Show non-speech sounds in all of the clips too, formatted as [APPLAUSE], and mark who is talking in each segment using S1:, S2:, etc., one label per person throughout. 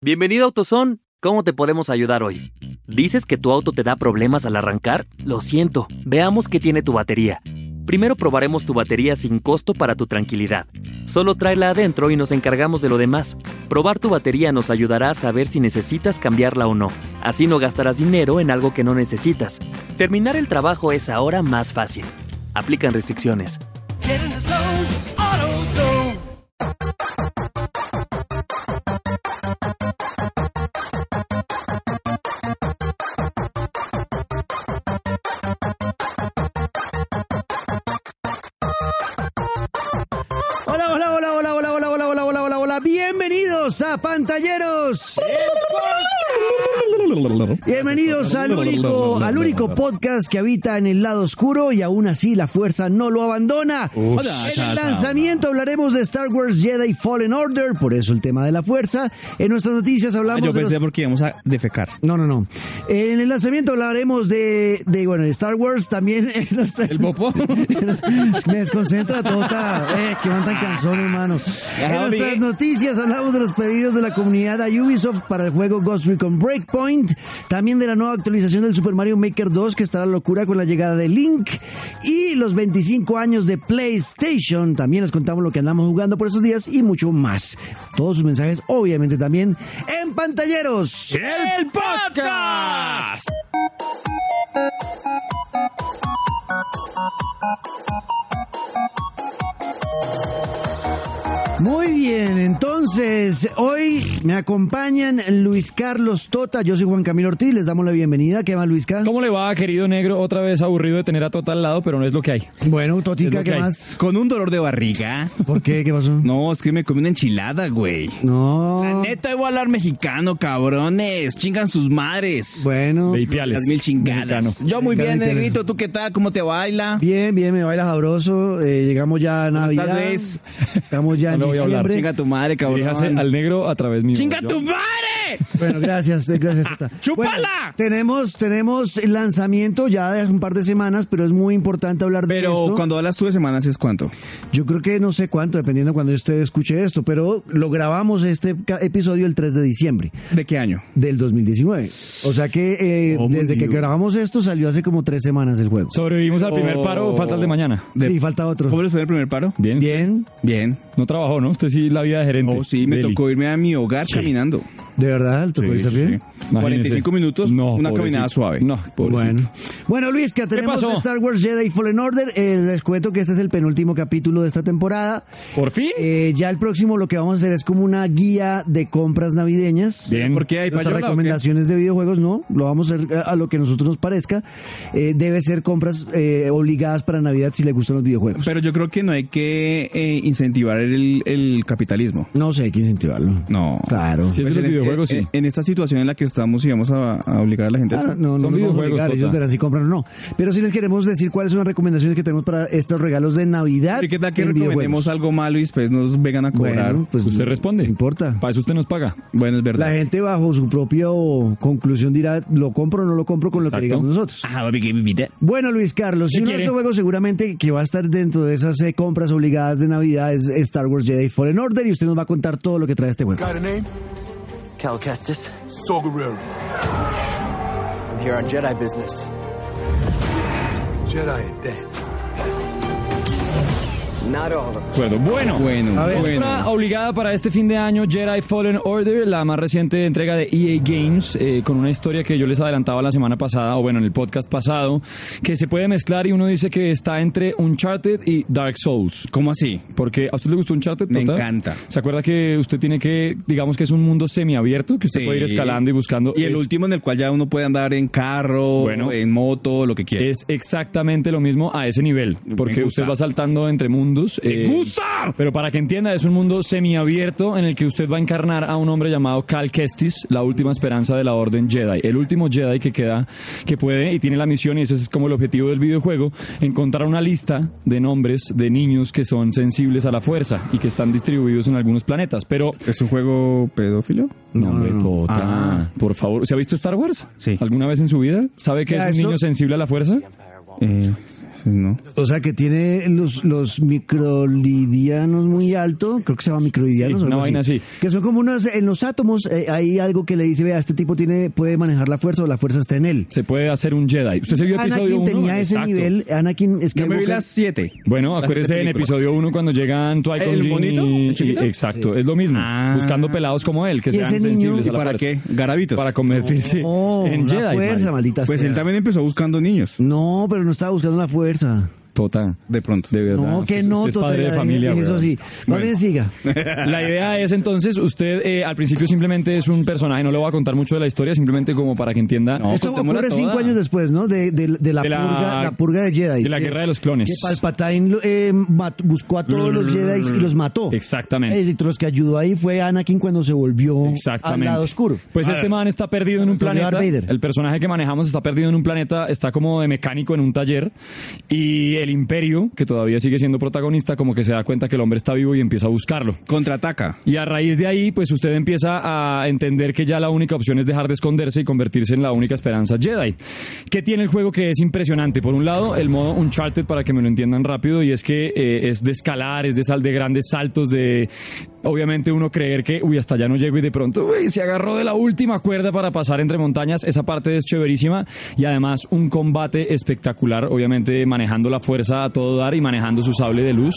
S1: Bienvenido a AutoZone. ¿Cómo te podemos ayudar hoy? ¿Dices que tu auto te da problemas al arrancar? Lo siento, veamos qué tiene tu batería. Primero probaremos tu batería sin costo para tu tranquilidad. Solo tráela adentro y nos encargamos de lo demás. Probar tu batería nos ayudará a saber si necesitas cambiarla o no. Así no gastarás dinero en algo que no necesitas. Terminar el trabajo es ahora más fácil. Aplican restricciones.
S2: Hola, hola, hola, hola, hola, hola, hola, hola, hola, hola, hola. Bienvenidos a Pantalleros. Bienvenidos al único, al único podcast que habita en el lado oscuro y aún así la fuerza no lo abandona. En el lanzamiento hablaremos de Star Wars Jedi Fallen Order, por eso el tema de la fuerza. En nuestras noticias hablamos
S3: Ah, Yo
S2: de los-
S3: pensé porque íbamos a defecar.
S2: No, no, no. En el lanzamiento hablaremos de, de bueno, de Star Wars también. [LAUGHS] eh, nos tra-
S3: [LAUGHS] ¿El popó?
S2: Es que [LAUGHS] Me desconcentra Tota. Eh, que van tan cansón, hermano. En
S3: Ya,
S2: nuestras
S3: Javi.
S2: noticias hablamos de los pedidos de la comunidad a Ubisoft para el juego Ghost Recon Breakpoint. También de la nueva actualización del Super Mario Maker 2, que estará locura con la llegada de Link. Y los 25 años de PlayStation. También les contamos lo que andamos jugando por esos días y mucho más. Todos sus mensajes, obviamente, también en pantalleros.
S3: ¡El podcast!
S2: Muy bien, entonces hoy me acompañan Luis Carlos Tota, yo soy Juan Camilo Ortiz, les damos la bienvenida. ¿Qué más, Luisca?
S4: ¿Cómo le va, querido negro? Otra vez aburrido de tener a Tota al lado, pero no es lo que hay.
S2: Bueno,
S4: Es
S2: Totica,
S4: lo
S2: ¿qué
S4: que hay.
S2: más?
S3: Con un dolor de barriga.
S2: ¿Por qué? ¿Qué
S4: [LAUGHS]
S2: pasó?
S3: No, es que me comí una enchilada, güey. La
S2: No.
S3: neta, voy a hablar mexicano, cabrones. Chingan sus madres.
S2: Bueno,
S4: Veipiales.
S3: Las mil chingadas.
S4: Mexicano.
S3: Yo muy bien, eh,
S2: Mexicano,
S3: negrito. ¿Tú qué tal? ¿Cómo te baila?
S2: bien, bien, me baila sabroso. eh, llegamos ya a Navidad.
S3: estás, Luis?
S2: Estamos ya
S4: [LAUGHS] No
S2: en
S4: le voy a hablar,
S2: diciembre.
S3: Chinga tu madre,
S4: Diríjase
S3: cabrón.
S4: al negro a través mío.
S3: ¡Chinga
S4: Yo-
S3: tu madre!
S2: Bueno, gracias, eh,
S4: [LAUGHS]
S2: gracias. Tota.
S3: ¡Chúpala!
S2: Bueno, tenemos, tenemos el lanzamiento ya de hace un par de semanas, pero es muy importante hablar de
S3: Pero
S2: esto.
S3: cuando hablas tú de semanas es cuánto.
S2: Yo creo que no sé cuánto, dependiendo cuando usted escuche esto, pero lo grabamos este ca- episodio el 3 de diciembre.
S3: ¿De qué año?
S2: del 2019. O sea que eh,
S3: Oh,
S2: desde
S3: mon
S2: que
S3: Dios.
S2: grabamos esto salió hace como tres semanas el juego.
S4: Sobrevivimos al primer
S3: Oh.
S4: paro, falta el de mañana.
S3: de-
S2: Sí, falta otro.
S3: ¿Cómo les fue en el primer paro?
S4: Bien.
S2: Bien,
S3: Bien.
S4: No trabajó, ¿no? Usted sí la vida de gerente.
S3: Oh, sí, me
S4: Deli.
S3: tocó irme a mi hogar caminando.
S2: de verdad, el truco
S3: Sí,
S2: está
S3: sí,
S2: bien.
S3: sí.
S4: Imagínese.
S3: 45 minutos,
S4: No,
S3: una
S4: pobrecito.
S3: caminada suave.
S4: No, pobrecito.
S2: Bueno. bueno, Luis, que tenemos
S4: pasó?
S2: Star Wars Jedi Fallen Order. Eh, les cuento que este es el penúltimo capítulo de esta temporada.
S4: ¿Por fin?
S2: Eh, ya el próximo lo que vamos a hacer es como una guía de compras navideñas.
S4: Bien.
S3: ¿Por qué hay
S2: Nuestras
S3: payola o qué?
S2: recomendaciones de videojuegos no, lo vamos a hacer eh, a lo que a nosotros nos parezca. Eh, debe ser compras eh, obligadas para Navidad si le gustan los videojuegos.
S3: Pero yo creo que no hay que eh, incentivar el, el capitalismo.
S2: No sé, hay que incentivarlo.
S3: No. Pues
S2: Claro.
S4: Sí, es de
S3: en, e,
S4: los videojuegos,
S3: en-
S4: sí.
S3: en esta situación en la que estamos y vamos a, a obligar a la gente. a
S2: Claro,
S3: eso.
S2: no, no,
S4: Son
S2: no vamos a
S4: videojuegos,
S2: obligar,
S4: Tota.
S2: ellos verán si compran o no. Pero sí les queremos decir cuáles son las recomendaciones que tenemos para estos regalos de Navidad.
S3: ¿Y qué tal que
S2: en
S3: recomendemos
S2: videojuegos.
S3: algo malo y después nos vengan a cobrar?
S2: Bueno,
S3: Bueno,
S2: pues
S4: usted
S2: no-
S4: responde.
S2: No importa.
S4: Para eso usted nos paga.
S3: es
S2: La
S3: verdad.
S2: gente bajo su propia conclusión dirá, lo compro o no lo compro con lo que
S4: Exacto.
S2: digamos nosotros.
S3: Ah, baby, que vida.
S2: Bueno, Luis Carlos, si
S4: ¿Qué
S2: uno de
S4: quiere?
S2: estos juegos seguramente que va a estar dentro de esas eh, compras obligadas de Navidad es Star Wars Jedi Fallen Order y usted nos va a contar todo lo que trae este juego.
S5: Got a name?
S6: Cal Kestis.
S5: Saw Gerrera.
S6: I'm here on Jedi business.
S5: Jedi are dead.
S6: Not all of them.
S3: Bueno, bueno. Bueno,
S2: A ver,
S4: Compra obligada para este fin de año Jedi Fallen Order, la más reciente entrega de EA Games, eh, con una historia que yo les adelantaba la semana pasada, o bueno, en el podcast pasado, que se puede mezclar y uno dice que está entre Uncharted y Dark Souls.
S3: ¿Cómo así?
S4: Porque a usted le gustó Uncharted,
S3: Me
S4: Tota?
S3: encanta.
S4: ¿Se acuerda que usted tiene que, digamos que es un mundo semiabierto que usted
S3: Sí.
S4: puede ir escalando y buscando?
S3: Y el
S4: Es-
S3: último en el cual ya uno puede andar en carro,
S4: Bueno.
S3: en moto, lo que quiera.
S4: Es exactamente lo mismo a ese nivel, porque
S3: gusta.
S4: usted va saltando entre mundos.
S3: ¡Me
S4: eh,
S3: gusta!
S4: Pero para que entienda, es un mundo semiabierto en el que usted va a encarnar a un hombre llamado Cal Kestis, la última esperanza de la Orden Jedi, el último Jedi que queda, que puede y tiene la misión, y ese es como el objetivo del videojuego, encontrar una lista de nombres de niños que son sensibles a la fuerza y que están distribuidos en algunos planetas. Pero
S3: ¿Es un juego pedófilo?
S4: no, hombre, Tota,
S3: Ah.
S4: por favor. ¿Se ha visto Star Wars?
S3: Sí.
S4: ¿Alguna vez en su vida? ¿Sabe que
S2: Ya,
S4: es un
S2: eso-
S4: niño sensible a la fuerza?
S3: Eh, ¿no?
S2: O sea, que tiene los, los microlidianos muy alto, creo que se llama microlidianos.
S4: Sí,
S2: o algo
S4: una vaina así.
S2: Que son como unos, en los átomos eh, hay algo que le dice, vea, este tipo tiene puede manejar la fuerza o la fuerza está en él.
S4: Se puede hacer un Jedi. ¿Usted se vio episodio
S2: Anakin
S4: uno?
S2: tenía ese
S4: Exacto.
S2: nivel, Anakin es que...
S5: Yo me vi las siete.
S4: Bueno,
S5: Las
S4: acuérdese
S5: siete
S4: en
S5: películas. Ah,
S4: episodio 1 cuando llegan Twi'Con
S5: ¿El
S4: Jinn
S5: bonito?
S4: y-
S5: ¿El chiquito?
S4: y- exacto, es lo mismo.
S5: Ah.
S4: Buscando pelados como él, que
S2: ¿Y
S4: sean
S2: ese niño?
S4: sensibles
S5: ¿Y
S4: a la
S5: para
S4: fuerza.
S5: qué? Garabitos.
S4: Para convertirse
S2: No,
S4: eh, en
S2: la
S4: Jedi.
S2: fuerza,
S4: marica.
S2: maldita
S3: Pues
S2: sea.
S3: él también empezó buscando niños,
S2: No, pero no estaba buscando la fuerza.
S4: Total.
S3: de pronto.
S4: De verdad.
S2: No, que
S4: Usted
S2: no,
S4: es padre de
S2: total,
S4: familia.
S2: Eso
S4: weón.
S2: sí. Más
S4: Bueno.
S2: bien siga.
S4: La idea es entonces, usted eh, al principio simplemente es un personaje, no le voy a contar mucho de la historia, simplemente como para que entienda
S3: No,
S2: Esto
S3: contémosla
S2: ocurre cinco
S3: toda.
S2: años después, ¿no? De, de- de la,
S4: De la-
S2: purga, la purga de Jedi.
S4: de la
S2: Que-
S4: guerra de los clones.
S2: Que Palpatine lo- eh, mat- buscó a todos los Jedi y los mató.
S4: Exactamente.
S2: Eh, entre los que ayudó ahí fue Anakin cuando se volvió al
S4: Exactamente.
S2: lado oscuro.
S4: Pues este man está perdido en un
S2: Se volvió
S4: planeta.
S2: Darth Vader.
S4: El personaje que manejamos está perdido en un planeta, está como de mecánico en un taller. Y el imperio, que todavía sigue siendo protagonista, como que se da cuenta que el hombre está vivo y empieza a buscarlo.
S3: Contraataca.
S4: Y a raíz de ahí, pues usted empieza a entender que ya la única opción es dejar de esconderse y convertirse en la única esperanza Jedi. ¿Qué tiene el juego que es impresionante? Por un lado, el modo Uncharted, para que me lo entiendan rápido, y es que eh, es de escalar, es de, sal, de grandes saltos, de obviamente uno creer que, uy, hasta allá no llego y de pronto, uy, se agarró de la última cuerda para pasar entre montañas. Esa parte es chéverísima y además un combate espectacular, obviamente manejando la fuerza a todo dar y manejando su sable de luz.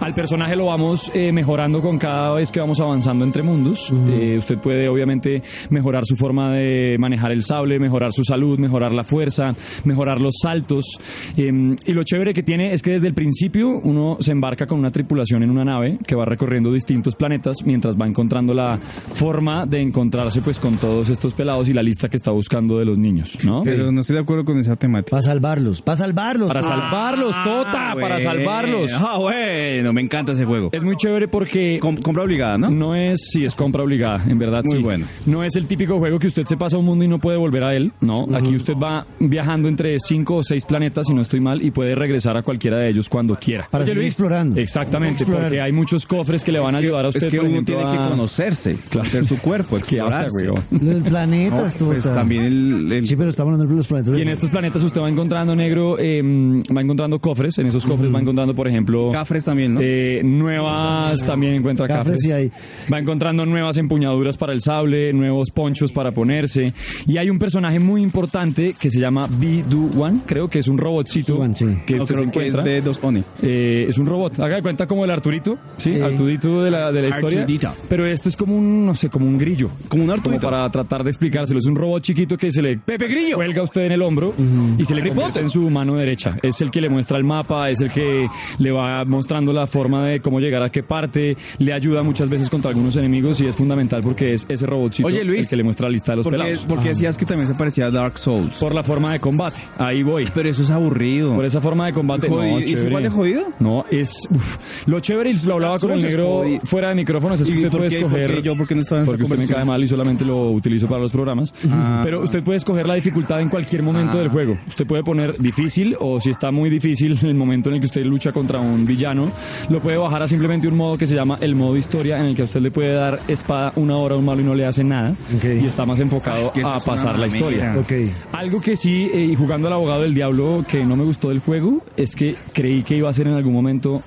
S4: Al personaje lo vamos eh, mejorando con cada vez que vamos avanzando entre mundos. Eh, usted puede obviamente mejorar su forma de manejar el sable, mejorar su salud, mejorar la fuerza, mejorar los saltos. Eh, y lo chévere que tiene es que desde el principio uno se embarca con una tripulación en una nave que va recorriendo distintos planetas mientras va encontrando la forma de encontrarse pues con todos estos pelados y la lista que está buscando de los niños, ¿no?
S3: Pero no estoy de acuerdo con esa temática.
S2: Para salvarlos, para salvarlos.
S4: Para salvarlos, Tota, para salvarlos.
S3: Ah, bueno, me encanta ese juego.
S4: Es muy chévere porque
S3: Com- compra obligada, ¿no?
S4: No es, sí, es compra obligada, en verdad.
S3: Muy
S4: sí.
S3: bueno.
S4: No es el típico juego que usted se pasa a un mundo y no puede volver a él. No, aquí usted va viajando entre cinco o seis planetas, si no estoy mal, y puede regresar a cualquiera de ellos cuando quiera.
S2: Para seguir explorando.
S4: Exactamente,
S2: Explorar.
S4: porque hay muchos cofres que le van a ayudar a usted.
S3: es que
S4: por
S3: uno
S4: ejemplo,
S3: tiene que
S4: a- [LAUGHS]
S3: conocerse, conocer su cuerpo,
S4: Qué arte,
S3: explorarse.
S4: weón.
S2: Ah, Los
S3: [LAUGHS] No,
S2: planetas, tú.
S3: pues, también el, el-
S2: Sí, pero estamos hablando de los planetas.
S4: Y en estos planetas usted va encontrando negro, eh, va encontrando cofres. En esos cofres va encontrando, por ejemplo,
S3: Cafres también, ¿no?
S4: Eh, nuevas también encuentra
S2: Cafres
S4: cafres.
S2: sí hay.
S4: Va encontrando nuevas empuñaduras para el sable, nuevos ponchos para ponerse. Y hay un personaje muy importante que se llama B-Do-One, creo que es un robotcito
S2: B-Do-One, sí.
S4: que
S3: No,
S4: usted se
S3: creo que es
S4: encuentra.
S3: de dos Oni.
S4: Eh, es un robot. Haga de cuenta como el Arturito, ¿sí?
S2: Sí.
S4: Arturito de la, de la historia.
S3: Arturito.
S4: Pero esto es como un, no sé, como un grillo.
S3: Como un Arturito.
S4: Como para tratar de explicárselo. Es un robot chiquito que se le
S3: Pepe Grillo.
S4: cuelga a usted en el hombro y se le convierte en su mano derecha. Es el que le muestra el mapa, es el que le va mostrando la forma de cómo llegar a qué parte. Le ayuda muchas veces contra algunos enemigos y es fundamental porque es ese robotcito
S3: Oye, Luis,
S4: el que le muestra la lista de los
S3: Porque,
S4: pelados. Ah.
S3: porque decías que también se parecía a Dark Souls.
S4: Por la forma de combate. Ahí voy.
S3: Pero eso es aburrido.
S4: Por esa forma de combate.
S3: Jodi-
S4: no,
S3: ¿es
S4: chévere.
S3: igual de jodido?
S4: No, es. uf. Lo chévere, y lo hablaba con
S3: Solo
S4: el
S3: es
S4: negro
S3: jodido.
S4: fuera de micrófonos, es que
S3: ¿Y
S4: usted
S3: por
S4: puede
S3: qué- por qué
S4: escoger.
S3: yo? ¿Por qué no estaba en esa
S4: Porque usted me
S3: conversación?
S4: cae mal y solamente lo utilizo para los programas.
S3: Ah.
S4: Pero usted puede escoger la dificultad en cualquier momento del juego. Usted puede poner difícil o si está muy difícil en el momento en el que usted lucha contra un villano, lo puede bajar a simplemente un modo que se llama el modo historia, en el que a usted le puede dar espada una hora a un malo y no le hace nada.
S2: Ok.
S4: Y está más enfocado
S3: Es que eso
S4: a
S3: es una
S4: pasar la
S3: mamera.
S4: historia.
S2: Ok.
S4: Algo que sí, eh, y jugando al abogado del diablo, que no me gustó del juego, es que creí que iba a ser en algún momento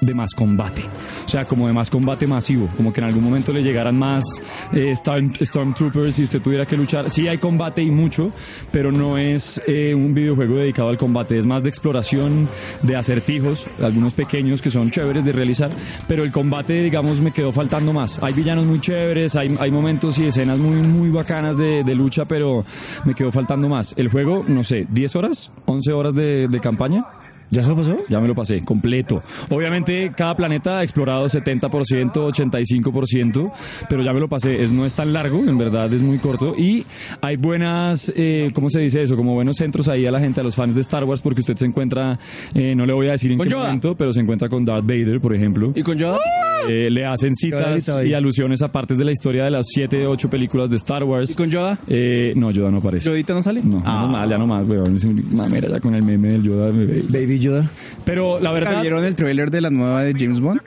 S4: de más combate. O sea, como de más combate masivo. Como que en algún momento le llegaran más eh, Storm- Stormtroopers y usted tuviera que luchar. Sí hay combate y mucho, pero no es eh, un videojuego dedicado al combate. Es más de exploración, de acertijos, algunos pequeños que son chéveres de realizar. Pero el combate, digamos, me quedó faltando más. Hay villanos muy chéveres, hay, hay momentos y escenas muy, muy bacanas de, de lucha, pero me quedó faltando más. El juego, no sé, 10 horas, 11 horas de- de campaña.
S2: ¿Ya se lo pasó?
S4: Ya me lo pasé, completo. Obviamente cada planeta ha explorado 70%, 85%, pero ya me lo pasé. Es, no es tan largo, en verdad es muy corto. Y hay buenas, eh, ¿cómo se dice eso? Como buenos centros ahí a la gente, a los fans de Star Wars, porque usted se encuentra, eh, no le voy a decir en
S3: Con
S4: qué
S3: Yoda.
S4: momento, pero se encuentra con Darth Vader, por ejemplo.
S3: ¿Y con Yoda?
S4: Eh, le hacen citas
S2: Yoda ahí.
S4: y alusiones a partes de la historia de las 7, 8 películas de Star
S3: ¿Y
S4: Wars.
S3: con Yoda?
S4: Eh, no, Yoda no aparece.
S3: ¿Yodita no sale?
S4: No,
S2: Ah.
S4: no más, ya no más, weón. Es un- Mamera, ya con el meme del Yoda. bebé.
S2: Baby Yoda.
S4: Pero
S3: Ah,
S4: la verdad.
S3: ¿Vieron el tráiler de la nueva de James Bond?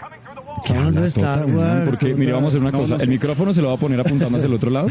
S2: Claro, no Star
S4: Total,
S2: Wars.
S4: Porque, mire, vamos a hacer una
S3: No,
S4: cosa.
S3: no sé.
S4: El micrófono se lo va a poner apuntando hacia el otro lado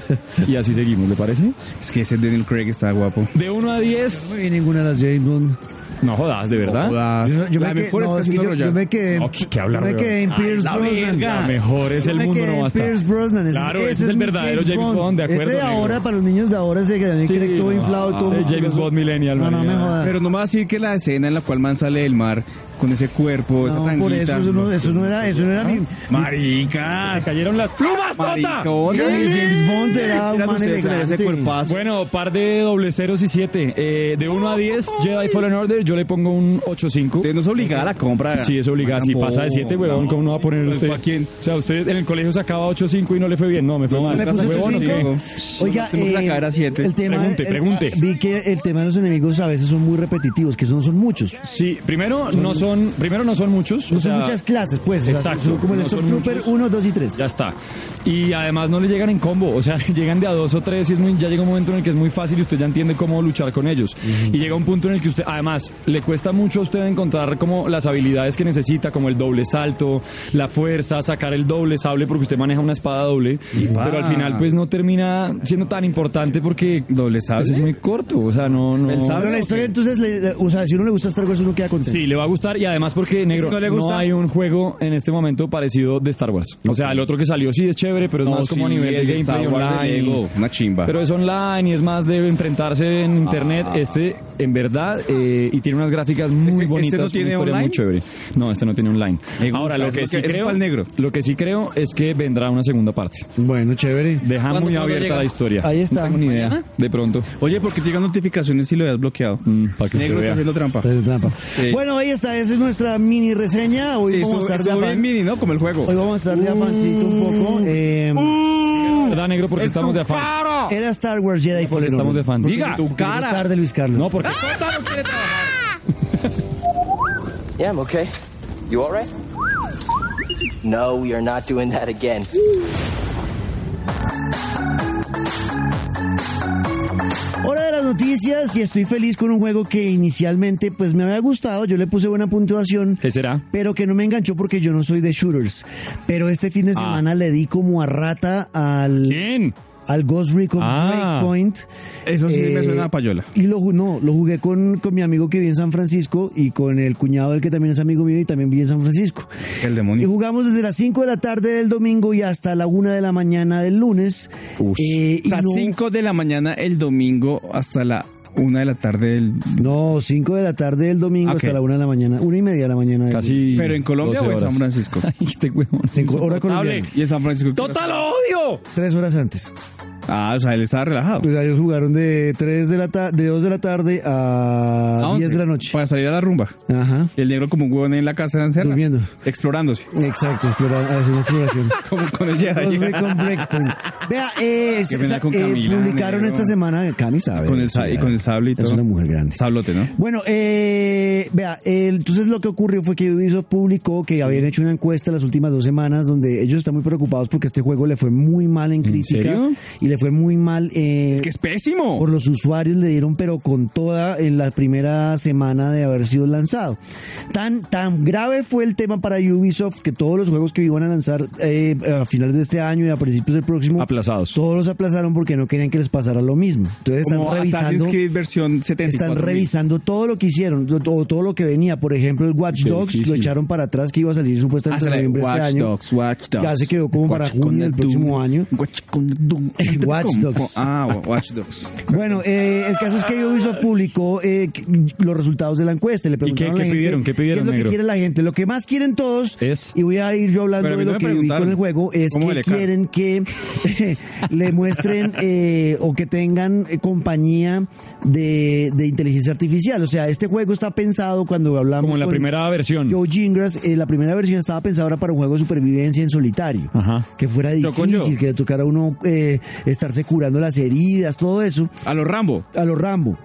S4: y así seguimos, ¿le parece?
S3: Es que ese Daniel Craig está guapo.
S4: De 1 a
S2: No
S4: 10,
S2: vi ninguna de las James Bond.
S4: No jodas, de verdad.
S3: Jodas.
S2: Yo, yo
S3: la
S2: me quedé-
S3: mejor
S2: no,
S3: es
S2: sí,
S3: Casino
S2: yo, yo
S3: Royale.
S2: me quedé,
S4: No, ¿qué- qué hablar,
S2: yo me
S4: weón?
S2: quedé en
S4: Ay,
S2: Pierce
S4: la
S2: Brosnan.
S4: verga. La mejor es
S2: Yo
S4: el
S2: me
S4: mundo,
S2: quedé
S4: no
S2: en
S4: basta.
S2: Pierce Brosnan. Ese,
S4: Claro, ese es
S2: ese
S4: el
S2: mi
S4: verdadero
S2: James
S4: James Bond, de acuerdo,
S2: Ese de
S4: negro.
S2: ahora para los niños de ahora se quedan en
S4: Sí,
S2: todo
S4: no,
S2: inflado. todo
S4: ese
S2: musculoso.
S4: James Bond millennial,
S2: No, no me
S4: marica.
S2: jodas.
S3: Pero no me va a decir que la escena en la cual man sale del mar con ese cuerpo, esa
S2: No,
S3: tanguita.
S2: por eso, eso no, eso no era, eso no era mi...
S4: Ah,
S3: Maricas.
S4: cayeron las plumas, Tota.
S3: Maricona, mi
S2: James Bond era un
S3: Quisieran
S2: man
S3: ustedes tener
S2: elegante.
S3: ese cuerpazo.
S4: Bueno, par de doble ceros y siete. Eh, de 1 a 10, Jedi Fallen Order, yo le pongo un 8-5.
S3: Usted no es obligada a la compra.
S4: Sí, es obligado. Si pasa de 7, weón, ¿cómo no va a poner usted?
S3: ¿A quién?
S4: O sea, usted en el colegio sacaba 8-5 y no le fue bien. No, me fue
S3: No,
S4: mal.
S3: le
S2: puse
S4: Huevón, ¿o
S2: 8-5.
S4: qué?
S2: Oiga,
S3: tengo que
S2: eh,
S3: sacar a siete.
S2: el tema,
S4: Pregunte,
S2: el-
S4: pregunte.
S2: vi que el tema de los enemigos a veces son muy repetitivos, que son, son muchos.
S4: Sí, primero no son, primero no son muchos.
S2: No
S4: o sea,
S2: son muchas clases, pues. o sea,
S4: exacto,
S2: son como el
S4: no son
S2: Stormtrooper
S4: muchos.
S2: 1, 2 y 3.
S4: Ya está. Y además no le llegan en combo, o sea, [LAUGHS] llegan de a dos o tres y es muy, ya llega un momento en el que es muy fácil y usted ya entiende cómo luchar con ellos. Y llega un punto en el que usted, además, le cuesta mucho a usted encontrar como las habilidades que necesita, como el doble salto, la fuerza, sacar el doble sable, porque usted maneja una espada doble. Pero al final, pues no termina siendo tan importante porque
S3: ¿Doble sable?
S4: pues, es muy corto, o sea, no. no...
S3: El sable
S2: Pero la historia, entonces, le- le- o sea, si uno le gusta Star Wars, uno queda contento.
S4: Sí, le va a gustar y además porque negro
S3: si Este, no le gusta?
S4: hay un juego en este momento parecido de Star Wars. O sea, el otro que salió sí es chévere, pero es
S3: No,
S4: más como a
S3: sí,
S4: nivel de
S3: el de
S4: gameplay
S3: Star Wars de
S4: online.
S3: Lego, una chimba.
S4: Pero es online y es más de enfrentarse en internet. Este, en verdad, eh, y tiene unas gráficas muy
S3: Ah. ¿Este- este
S4: bonitas,
S3: no
S4: una
S3: tiene
S4: historia muy
S3: online?
S4: chévere. No, este no tiene online.
S3: Me gusta,
S4: Ahora lo
S3: es
S4: que
S3: lo
S4: sí
S3: que- es
S4: creo,
S3: pa'l negro.
S4: lo que sí creo es que vendrá una segunda parte.
S2: Bueno, chévere.
S4: Deja
S3: ¿Cuándo-
S4: muy
S3: cuándo
S4: abierta
S3: llega?
S4: la historia.
S2: Ahí está.
S4: No tengo ni idea. De pronto.
S3: Oye, ¿por qué te llegan notificaciones si lo habías bloqueado?
S4: Mm, pa'
S3: Negro
S4: que usted
S3: está
S4: vea.
S3: haciendo trampa.
S2: Está haciendo trampa.
S3: Sí.
S2: Bueno, ahí está, esa es nuestra mini reseña. Hoy
S3: Sí,
S2: vamos
S3: estuvo,
S2: a estar de
S3: estuvo bien
S2: afán.
S3: mini, ¿no? Como el juego.
S2: Hoy vamos a estar de afancito un poco.
S4: Uh.
S2: eh,
S3: Uh,
S4: ¿Verdad, negro? Porque estamos de afán.
S2: era Star Wars Jedi Fallen
S4: estamos
S2: Order.
S4: de fan.
S2: Porque-
S4: Diga.
S2: porque llegó tarde, Luis Carlos.
S4: No, porque.
S6: Yeah, I'm okay. You all right? No, we are not doing that again.
S2: Hora de las noticias y estoy feliz con un juego que inicialmente pues me había gustado, yo le puse buena puntuación.
S4: ¿Qué será?
S2: Pero que no me enganchó porque yo no soy de shooters. Pero este fin de
S4: Ah.
S2: semana le di como a rata al,
S4: ¿Quién?
S2: al Ghost Recon
S4: Ah.
S2: Breakpoint.
S3: Eso sí me suena a payola.
S2: Eh, Y lo, ju- no, lo jugué con, con mi amigo que vive en San Francisco y con el cuñado del que también es amigo mío y también vive en San Francisco.
S3: El
S2: Y
S3: demonio.
S2: jugamos desde las 5 de la tarde del domingo y hasta la 1 de la mañana del lunes. Eh, y
S3: o sea,
S2: no-
S3: 5 de la mañana el domingo hasta la 1 de la tarde el...
S2: No, 5 de la tarde del domingo
S3: Ah, Ok.
S2: hasta la 1 de la mañana, 1 y media de la mañana. del lunes.
S4: Casi.
S3: ¿Pero en Colombia
S4: 12
S3: o en San
S4: horas.
S3: Francisco?
S4: [LAUGHS] Ay, este huevón.
S2: En co- hora
S4: Insoportable.
S2: colombiana.
S3: Y en San Francisco.
S4: ¡Tota lo odio!
S2: Tres horas antes.
S3: Ah, o sea, él estaba relajado.
S2: Pues ellos jugaron de 3 de la ta- de 2 de la tarde a
S3: A
S2: 10 de la
S3: 11,
S2: noche.
S3: Ah, Para salir a la rumba.
S2: Ajá.
S3: Y el negro como un huevón en la casa de Ancerra.
S2: Durmiendo.
S3: Explorándose. [LAUGHS]
S2: Exacto, explora- haciendo exploración.
S3: Como con el Jedi.
S2: Los Recon Breakpoint. Vea, eh,
S3: Qué pena
S2: sa-
S3: con
S2: eh,
S3: Camila,
S2: publicaron
S3: negro.
S2: esta semana, Cami sabe.
S3: Con el sa- y con el sable y
S2: Es
S3: todo.
S2: una mujer grande.
S3: [LAUGHS] Sablote, ¿no?
S2: Bueno, eh, vea, eh, entonces lo que ocurrió fue que Ubisoft publicó que habían hecho una encuesta las últimas dos semanas donde ellos están muy preocupados porque este juego le fue muy mal en crítica
S3: serio?
S2: y le fue muy mal eh,
S3: Es que es pésimo.
S2: por los usuarios le dieron pero con toda en la primera semana de haber sido lanzado. Tan, tan grave fue el tema para Ubisoft que todos los juegos que iban a lanzar eh, a finales de este año y a principios del próximo
S4: Aplazados.
S2: todos los aplazaron porque no querían que les pasara lo mismo. Entonces están
S3: Como
S2: revisando
S3: Assassin's Creed versión 74.
S2: están revisando todo lo que hicieron, o todo, todo lo que venía. Por ejemplo, el Watch
S4: Qué
S2: Dogs lo
S4: difícil.
S2: echaron para atrás que iba a salir
S3: Ah,
S2: supuestamente en
S3: sale
S2: noviembre de
S3: Watch
S2: este año.
S3: Dogs, Watch Dogs.
S2: Ya se quedó como para
S3: Watch
S2: junio del
S3: Dogs.
S2: próximo año.
S3: Watch, con Doom.
S2: [LAUGHS] Watch Dogs.
S3: Ah, Watch Dogs.
S2: Bueno, eh, el caso es que Ubisoft publicó eh, que- los resultados de la encuesta. Le preguntaron
S4: qué
S2: a la gente
S4: pidieron? ¿Qué pidieron,
S2: es lo
S4: negro?
S2: que quiere la gente? Lo que más quieren todos,
S4: Es-
S2: y voy a ir yo hablando
S3: Pero a mí
S2: de
S3: no
S2: lo
S3: me
S2: que vi con
S3: preguntaron.
S2: el juego, es
S3: ¿Cómo
S2: que
S3: le cae?
S2: quieren que [LAUGHS] le muestren eh, o que tengan eh, compañía de, de inteligencia artificial. O sea, este juego está pensado cuando hablamos...
S4: Como en la
S2: con-
S4: primera versión.
S2: Joe Gingras, eh, la primera versión estaba pensada ahora para un juego de supervivencia en solitario.
S4: Ajá.
S2: Que fuera
S3: Yo con yo.
S2: difícil, que le tocara a uno eh, estarse curando las heridas, todo eso,
S3: A los Rambo.
S2: a los Rambo.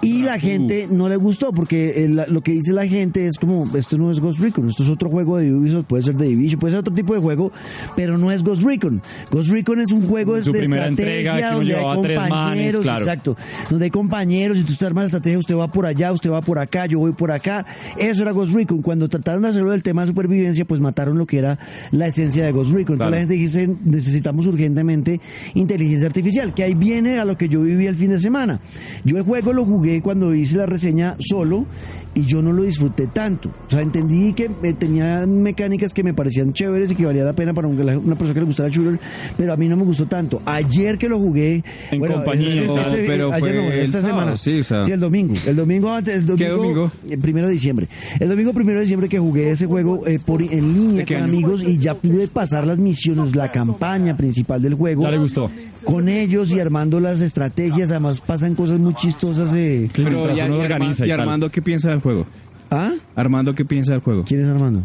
S2: Y la gente no le gustó porque eh, la- lo que dice la gente es como, esto no es Ghost Recon, esto es otro juego de Ubisoft, puede ser de Division, puede ser otro tipo de juego, pero no es Ghost Recon. Ghost Recon es un juego
S4: Su
S2: de
S4: primera
S2: estrategia
S4: entrega, que uno
S2: donde hay
S4: llevaba tres
S2: compañeros,
S4: manes, claro.
S2: exacto, donde hay compañeros y tú estás armando estrategia, usted va por allá, usted va por acá, yo voy por acá. Eso era Ghost Recon. Cuando trataron de hacerlo del tema de supervivencia, pues mataron lo que era la esencia de Ghost Recon. Entonces
S4: Claro.
S2: la gente dice, necesitamos urgentemente inteligencia inteligencia artificial, que ahí viene a lo que yo viví el fin de semana. Yo el juego lo jugué cuando hice la reseña solo y yo no lo disfruté tanto. O sea, entendí que eh, tenía mecánicas que me parecían chéveres y que valía la pena para un- una persona que le gustara el shooter, pero a mí no me gustó tanto. Ayer que lo jugué...
S4: En compañía, claro,
S2: pero este,
S3: pero
S2: ayer
S3: fue
S2: no, esta
S3: el sábado,
S2: semana.
S3: sí, o sea.
S2: el domingo. El domingo antes... El domingo,
S3: ¿Qué domingo?
S2: El primero de diciembre. El domingo primero de diciembre que jugué ese juego eh, por, en línea
S3: ¿De qué
S2: con
S3: año?
S2: amigos y ya pude pasar las misiones, la campaña principal del juego.
S4: Ya le gustó.
S2: Con ellos y armando las estrategias, además pasan cosas muy chistosas. eh.
S4: Sí,
S3: Pero
S4: mientras
S3: ya-
S4: uno
S3: y Arma-
S4: organiza y
S3: y
S4: tal.
S3: Armando, ¿qué piensa del juego?
S2: ¿Ah?
S3: Armando, ¿qué piensa del juego?
S2: ¿Quién es Armando?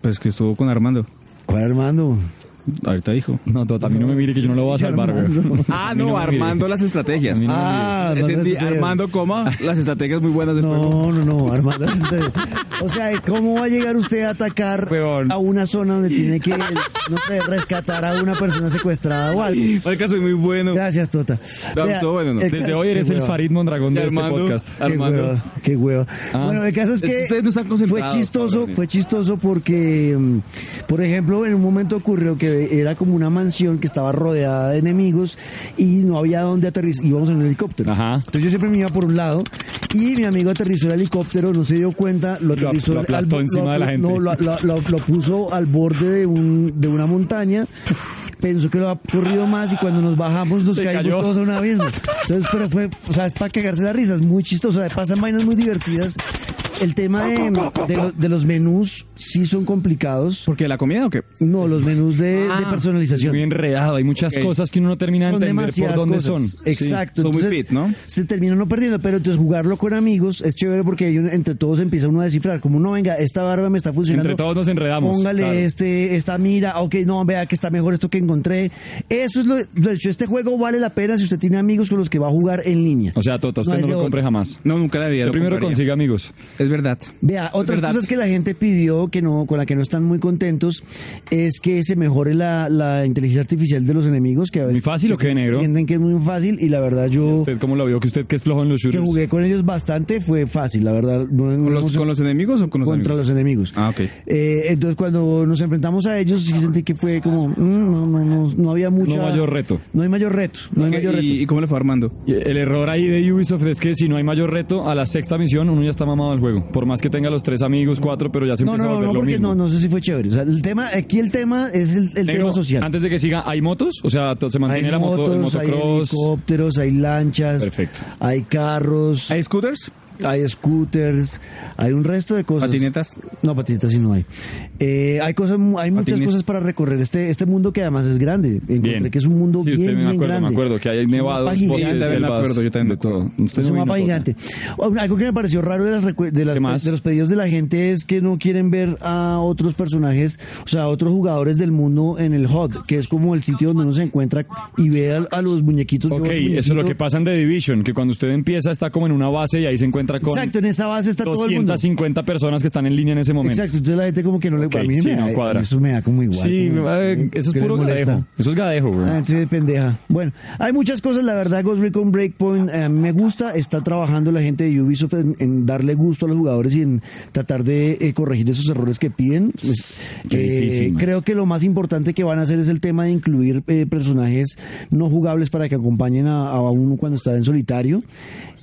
S3: Pues que estuvo con Armando.
S2: ¿Cuál Armando?
S3: Ahorita dijo.
S4: No, Tota, a mí no me mire que yo no
S2: [LAUGHS]
S4: lo voy a salvar, güey.
S2: Armando.
S3: Ah,
S4: A mí
S3: no,
S4: me mire.
S3: armando las estrategias.
S2: Ah, Armando
S3: Ese di-
S2: las estrategias.
S3: armando,
S4: [LAUGHS]
S3: coma, las estrategias muy buenas del [LAUGHS] juego.
S2: No, no, no, Armando. es usted. O sea, ¿cómo va a llegar usted a atacar
S3: Peón.
S2: a una zona donde tiene que, no sé, rescatar a una persona secuestrada o algo?
S3: Marica, soy muy bueno.
S2: Gracias, Tota.
S3: No,
S2: Vea,
S3: todo bueno, no.
S2: el-
S4: Desde hoy eres
S2: qué
S4: el
S2: hueva.
S4: Farid Mondragón
S3: Y
S4: de este
S3: Armando.
S4: podcast.
S2: Qué
S3: Armando.
S2: hueva, qué hueva.
S4: Ah.
S2: Bueno, el caso es
S3: Es
S2: que
S3: que ustedes no están
S2: fue
S3: concentrados,
S2: chistoso,
S3: cabrones.
S2: fue chistoso porque, mm, por ejemplo, en un momento ocurrió que era como una mansión que estaba rodeada de enemigos y no había dónde aterrizar, íbamos en un helicóptero.
S4: Ajá.
S2: Entonces yo siempre me iba por un lado y mi amigo aterrizó el helicóptero, no se dio cuenta, lo
S4: Lo-
S2: aterrizó
S4: lo aplastó
S2: bo-
S4: encima de la gente.
S2: No, lo, lo- lo- lo puso al borde de, un, de una montaña. Pensó que lo ha corrido más y cuando nos bajamos nos
S4: Se
S2: caímos
S4: cayó.
S2: todos a un abismo. Entonces, pero fue, o sea, es para cagarse la risa, es muy chistoso. O sea, pasan vainas muy divertidas. El tema de, de lo- de los menús sí son complicados.
S3: ¿Por qué la comida o qué?
S2: No, los menús de, de
S4: Ah.
S2: personalización.
S4: Muy enredado, hay muchas
S3: Ok.
S4: cosas que uno no termina de
S2: Son
S4: entender por
S2: demasiadas
S4: dónde
S2: cosas.
S4: son.
S2: Exacto.
S3: Son muy
S2: entonces,
S3: fit, ¿no?
S2: Se termina uno perdiendo, pero entonces jugarlo con amigos es chévere porque ahí uno- entre todos empieza uno a descifrar. Como no, venga, esta barba me está funcionando.
S4: Entre todos nos enredamos,
S2: Póngale
S4: claro.
S2: este, esta mira, ok, no, vea que está mejor esto que encontré. Eso es lo. De hecho, este juego vale la pena si usted tiene amigos con los que va a jugar en línea.
S4: O sea,
S2: No
S4: Tota, usted
S2: hay
S4: no,
S2: de
S4: lo
S2: otra.
S4: compre jamás.
S3: No, nunca la vida.
S4: Yo primero consigue amigos.
S3: Es verdad.
S2: Vea, otras
S3: verdad.
S2: cosas que la gente pidió que no, con la que no están muy contentos es que se mejore la, la inteligencia artificial de los enemigos. Que a veces
S4: ¿Muy fácil o qué,
S2: se-
S4: negro?
S2: Sienten que es muy fácil y la verdad yo
S4: ¿Usted cómo lo vio? Que usted que es flojo en los
S2: que
S4: shooters.
S2: jugué con ellos bastante fue fácil, la verdad. No, no
S3: ¿Con
S2: hemos-
S3: los, con los enemigos o con los
S2: contra
S3: amigos?
S2: los enemigos.
S3: Ah, ok.
S2: Eh, entonces cuando nos enfrentamos a ellos sí sentí que fue como mm, no, no, no, no había mucho
S4: No mayor reto.
S2: No hay mayor reto, no hay
S3: Ok,
S2: mayor reto.
S3: ¿Y, y cómo le fue a Armando?
S4: Y El error ahí de Ubisoft es que si no hay mayor reto, a la sexta misión uno ya está mamado al juego. Por más que tenga los tres amigos, cuatro, pero ya se
S2: No, no,
S4: empieza a
S2: no,
S4: volver
S2: no,
S4: lo
S2: porque
S4: mismo.
S2: no, no sé si fue chévere. O sea, el tema, aquí el tema es el, el
S4: Negro,
S2: tema social.
S4: Antes de que siga, ¿hay motos? O sea, to- se mantiene
S2: hay
S4: la moto, el
S2: motos, hay
S4: motocross.
S2: helicópteros, hay lanchas,
S4: Perfecto.
S2: hay carros, hay,
S3: ¿Hay scooters?
S2: scooters, hay un resto de cosas.
S3: ¿Patinetas?
S2: No, patinetas sí no hay. Eh, hay cosas, mu- hay muchas
S3: Patines.
S2: cosas para recorrer este este mundo que además es grande. Encontré
S4: Bien.
S2: que es un mundo
S4: sí,
S2: bien,
S4: usted me
S2: bien
S4: acuerdo,
S2: grande.
S4: me acuerdo que hay
S2: Es un
S4: nevados,
S2: mapa
S4: bosques,
S2: gigante.
S3: también me
S4: selvas,
S3: acuerdo, yo también me
S4: de todo. Usted
S2: Es
S4: no
S2: un
S4: vino,
S2: mapa
S4: Tota.
S2: gigante. Oh, Algo que me pareció raro de, las recu- de, las-
S4: ¿Qué más?
S2: de los pedidos de la gente es que no quieren ver a otros personajes, o sea, a otros jugadores del mundo en el HUD, que es como el sitio donde uno se encuentra y ve a, a los muñequitos. yo a
S4: Ok,
S2: los
S4: eso es lo
S2: muñequitos.
S4: que pasa en The Division, que cuando usted empieza está como en una base y ahí se encuentra con
S2: Exacto, en esa base está todo el mundo.
S4: 250 personas que están en línea en ese momento.
S2: Exacto, entonces la gente como que no
S4: Ok,
S2: le... A mí
S4: sí,
S2: me
S4: no
S2: da-
S4: cuadra.
S2: Eso me da como igual.
S4: Sí,
S2: como-
S4: eh, eso
S2: que
S4: es
S2: les
S4: puro
S2: molesta.
S4: gadejo. Eso es gadejo, güey.
S2: Ah, gente de pendeja. Bueno, hay muchas cosas, la verdad, Ghost Recon Breakpoint eh, a mí me gusta, está trabajando la gente de Ubisoft en, en darle gusto a los jugadores y en tratar de eh, corregir esos errores que piden. Pues,
S4: Qué
S2: eh,
S4: difícil, man.
S2: creo que lo más importante que van a hacer es el tema de incluir eh, personajes no jugables para que acompañen a, a uno cuando está en solitario.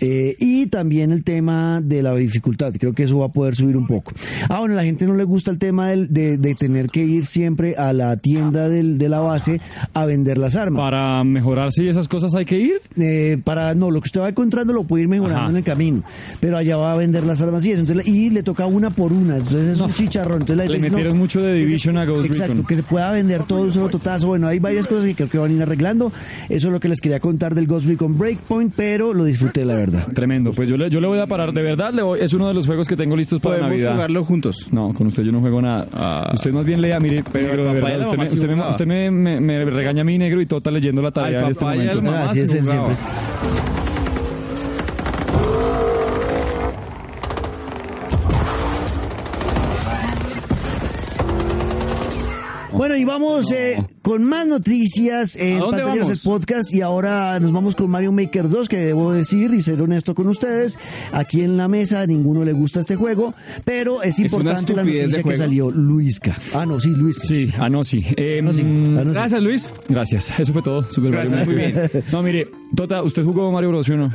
S2: Eh, y también el tema de la dificultad, creo que eso va a poder subir un poco. Ah, bueno, a la gente no le gusta el tema del- de, de tener que ir siempre a la tienda del- de la base a vender las armas.
S4: Para mejorarse y esas cosas hay que ir.
S2: Eh, para no lo que usted va encontrando lo puede ir mejorando
S4: Ajá.
S2: en el camino pero allá va a vender las armas y eso entonces, y le toca una por una entonces es un chicharrón entonces la
S4: Le
S2: gente dice, no,
S4: metieron mucho de Division a Ghost
S2: exacto
S4: Recon.
S2: que se pueda vender todo de un solo totazo bueno hay varias cosas que creo que van a ir arreglando eso es lo que les quería contar del Ghost Recon Breakpoint pero lo disfruté la verdad
S4: Tremendo. Pues yo le, yo le voy a parar. De verdad, le voy- es uno de los juegos que tengo listos para
S3: Podemos
S4: Navidad.
S3: jugarlo juntos.
S4: No, con usted yo no juego nada.
S3: Ah.
S4: usted más bien lea, mire, pero,
S3: el
S4: de
S3: papá y
S4: verdad,
S3: la
S4: usted, me,
S3: mamá sí
S4: usted, me,
S3: jugaba.
S4: usted me- me- me regaña a mí negro y Tota leyendo la tarea en este
S3: papá y al
S4: momento.
S3: mamá
S2: Ah, así
S3: se
S2: es él
S3: jugaba.
S2: siempre. Bueno, y vamos eh, con más noticias en
S3: ¿A dónde
S2: Pantalleros del
S3: vamos?
S2: Podcast. Y ahora nos vamos con Mario Maker 2, que debo decir y ser honesto con ustedes. Aquí en la mesa a ninguno le gusta este juego, pero es
S3: una
S2: importante la
S3: estupidez de
S2: noticia que
S3: juego.
S2: salió. Luisca. Ah, no, sí, Luisca.
S4: Sí, ah, no, sí. Eh,
S2: No, sí.
S4: mm,
S2: Ah, no, sí.
S3: Gracias, Luis.
S4: Gracias, eso fue todo. Super Mario
S3: Gracias, muy
S4: Maker. No, mire, Tota, ¿usted jugó Mario Bros. sí o no?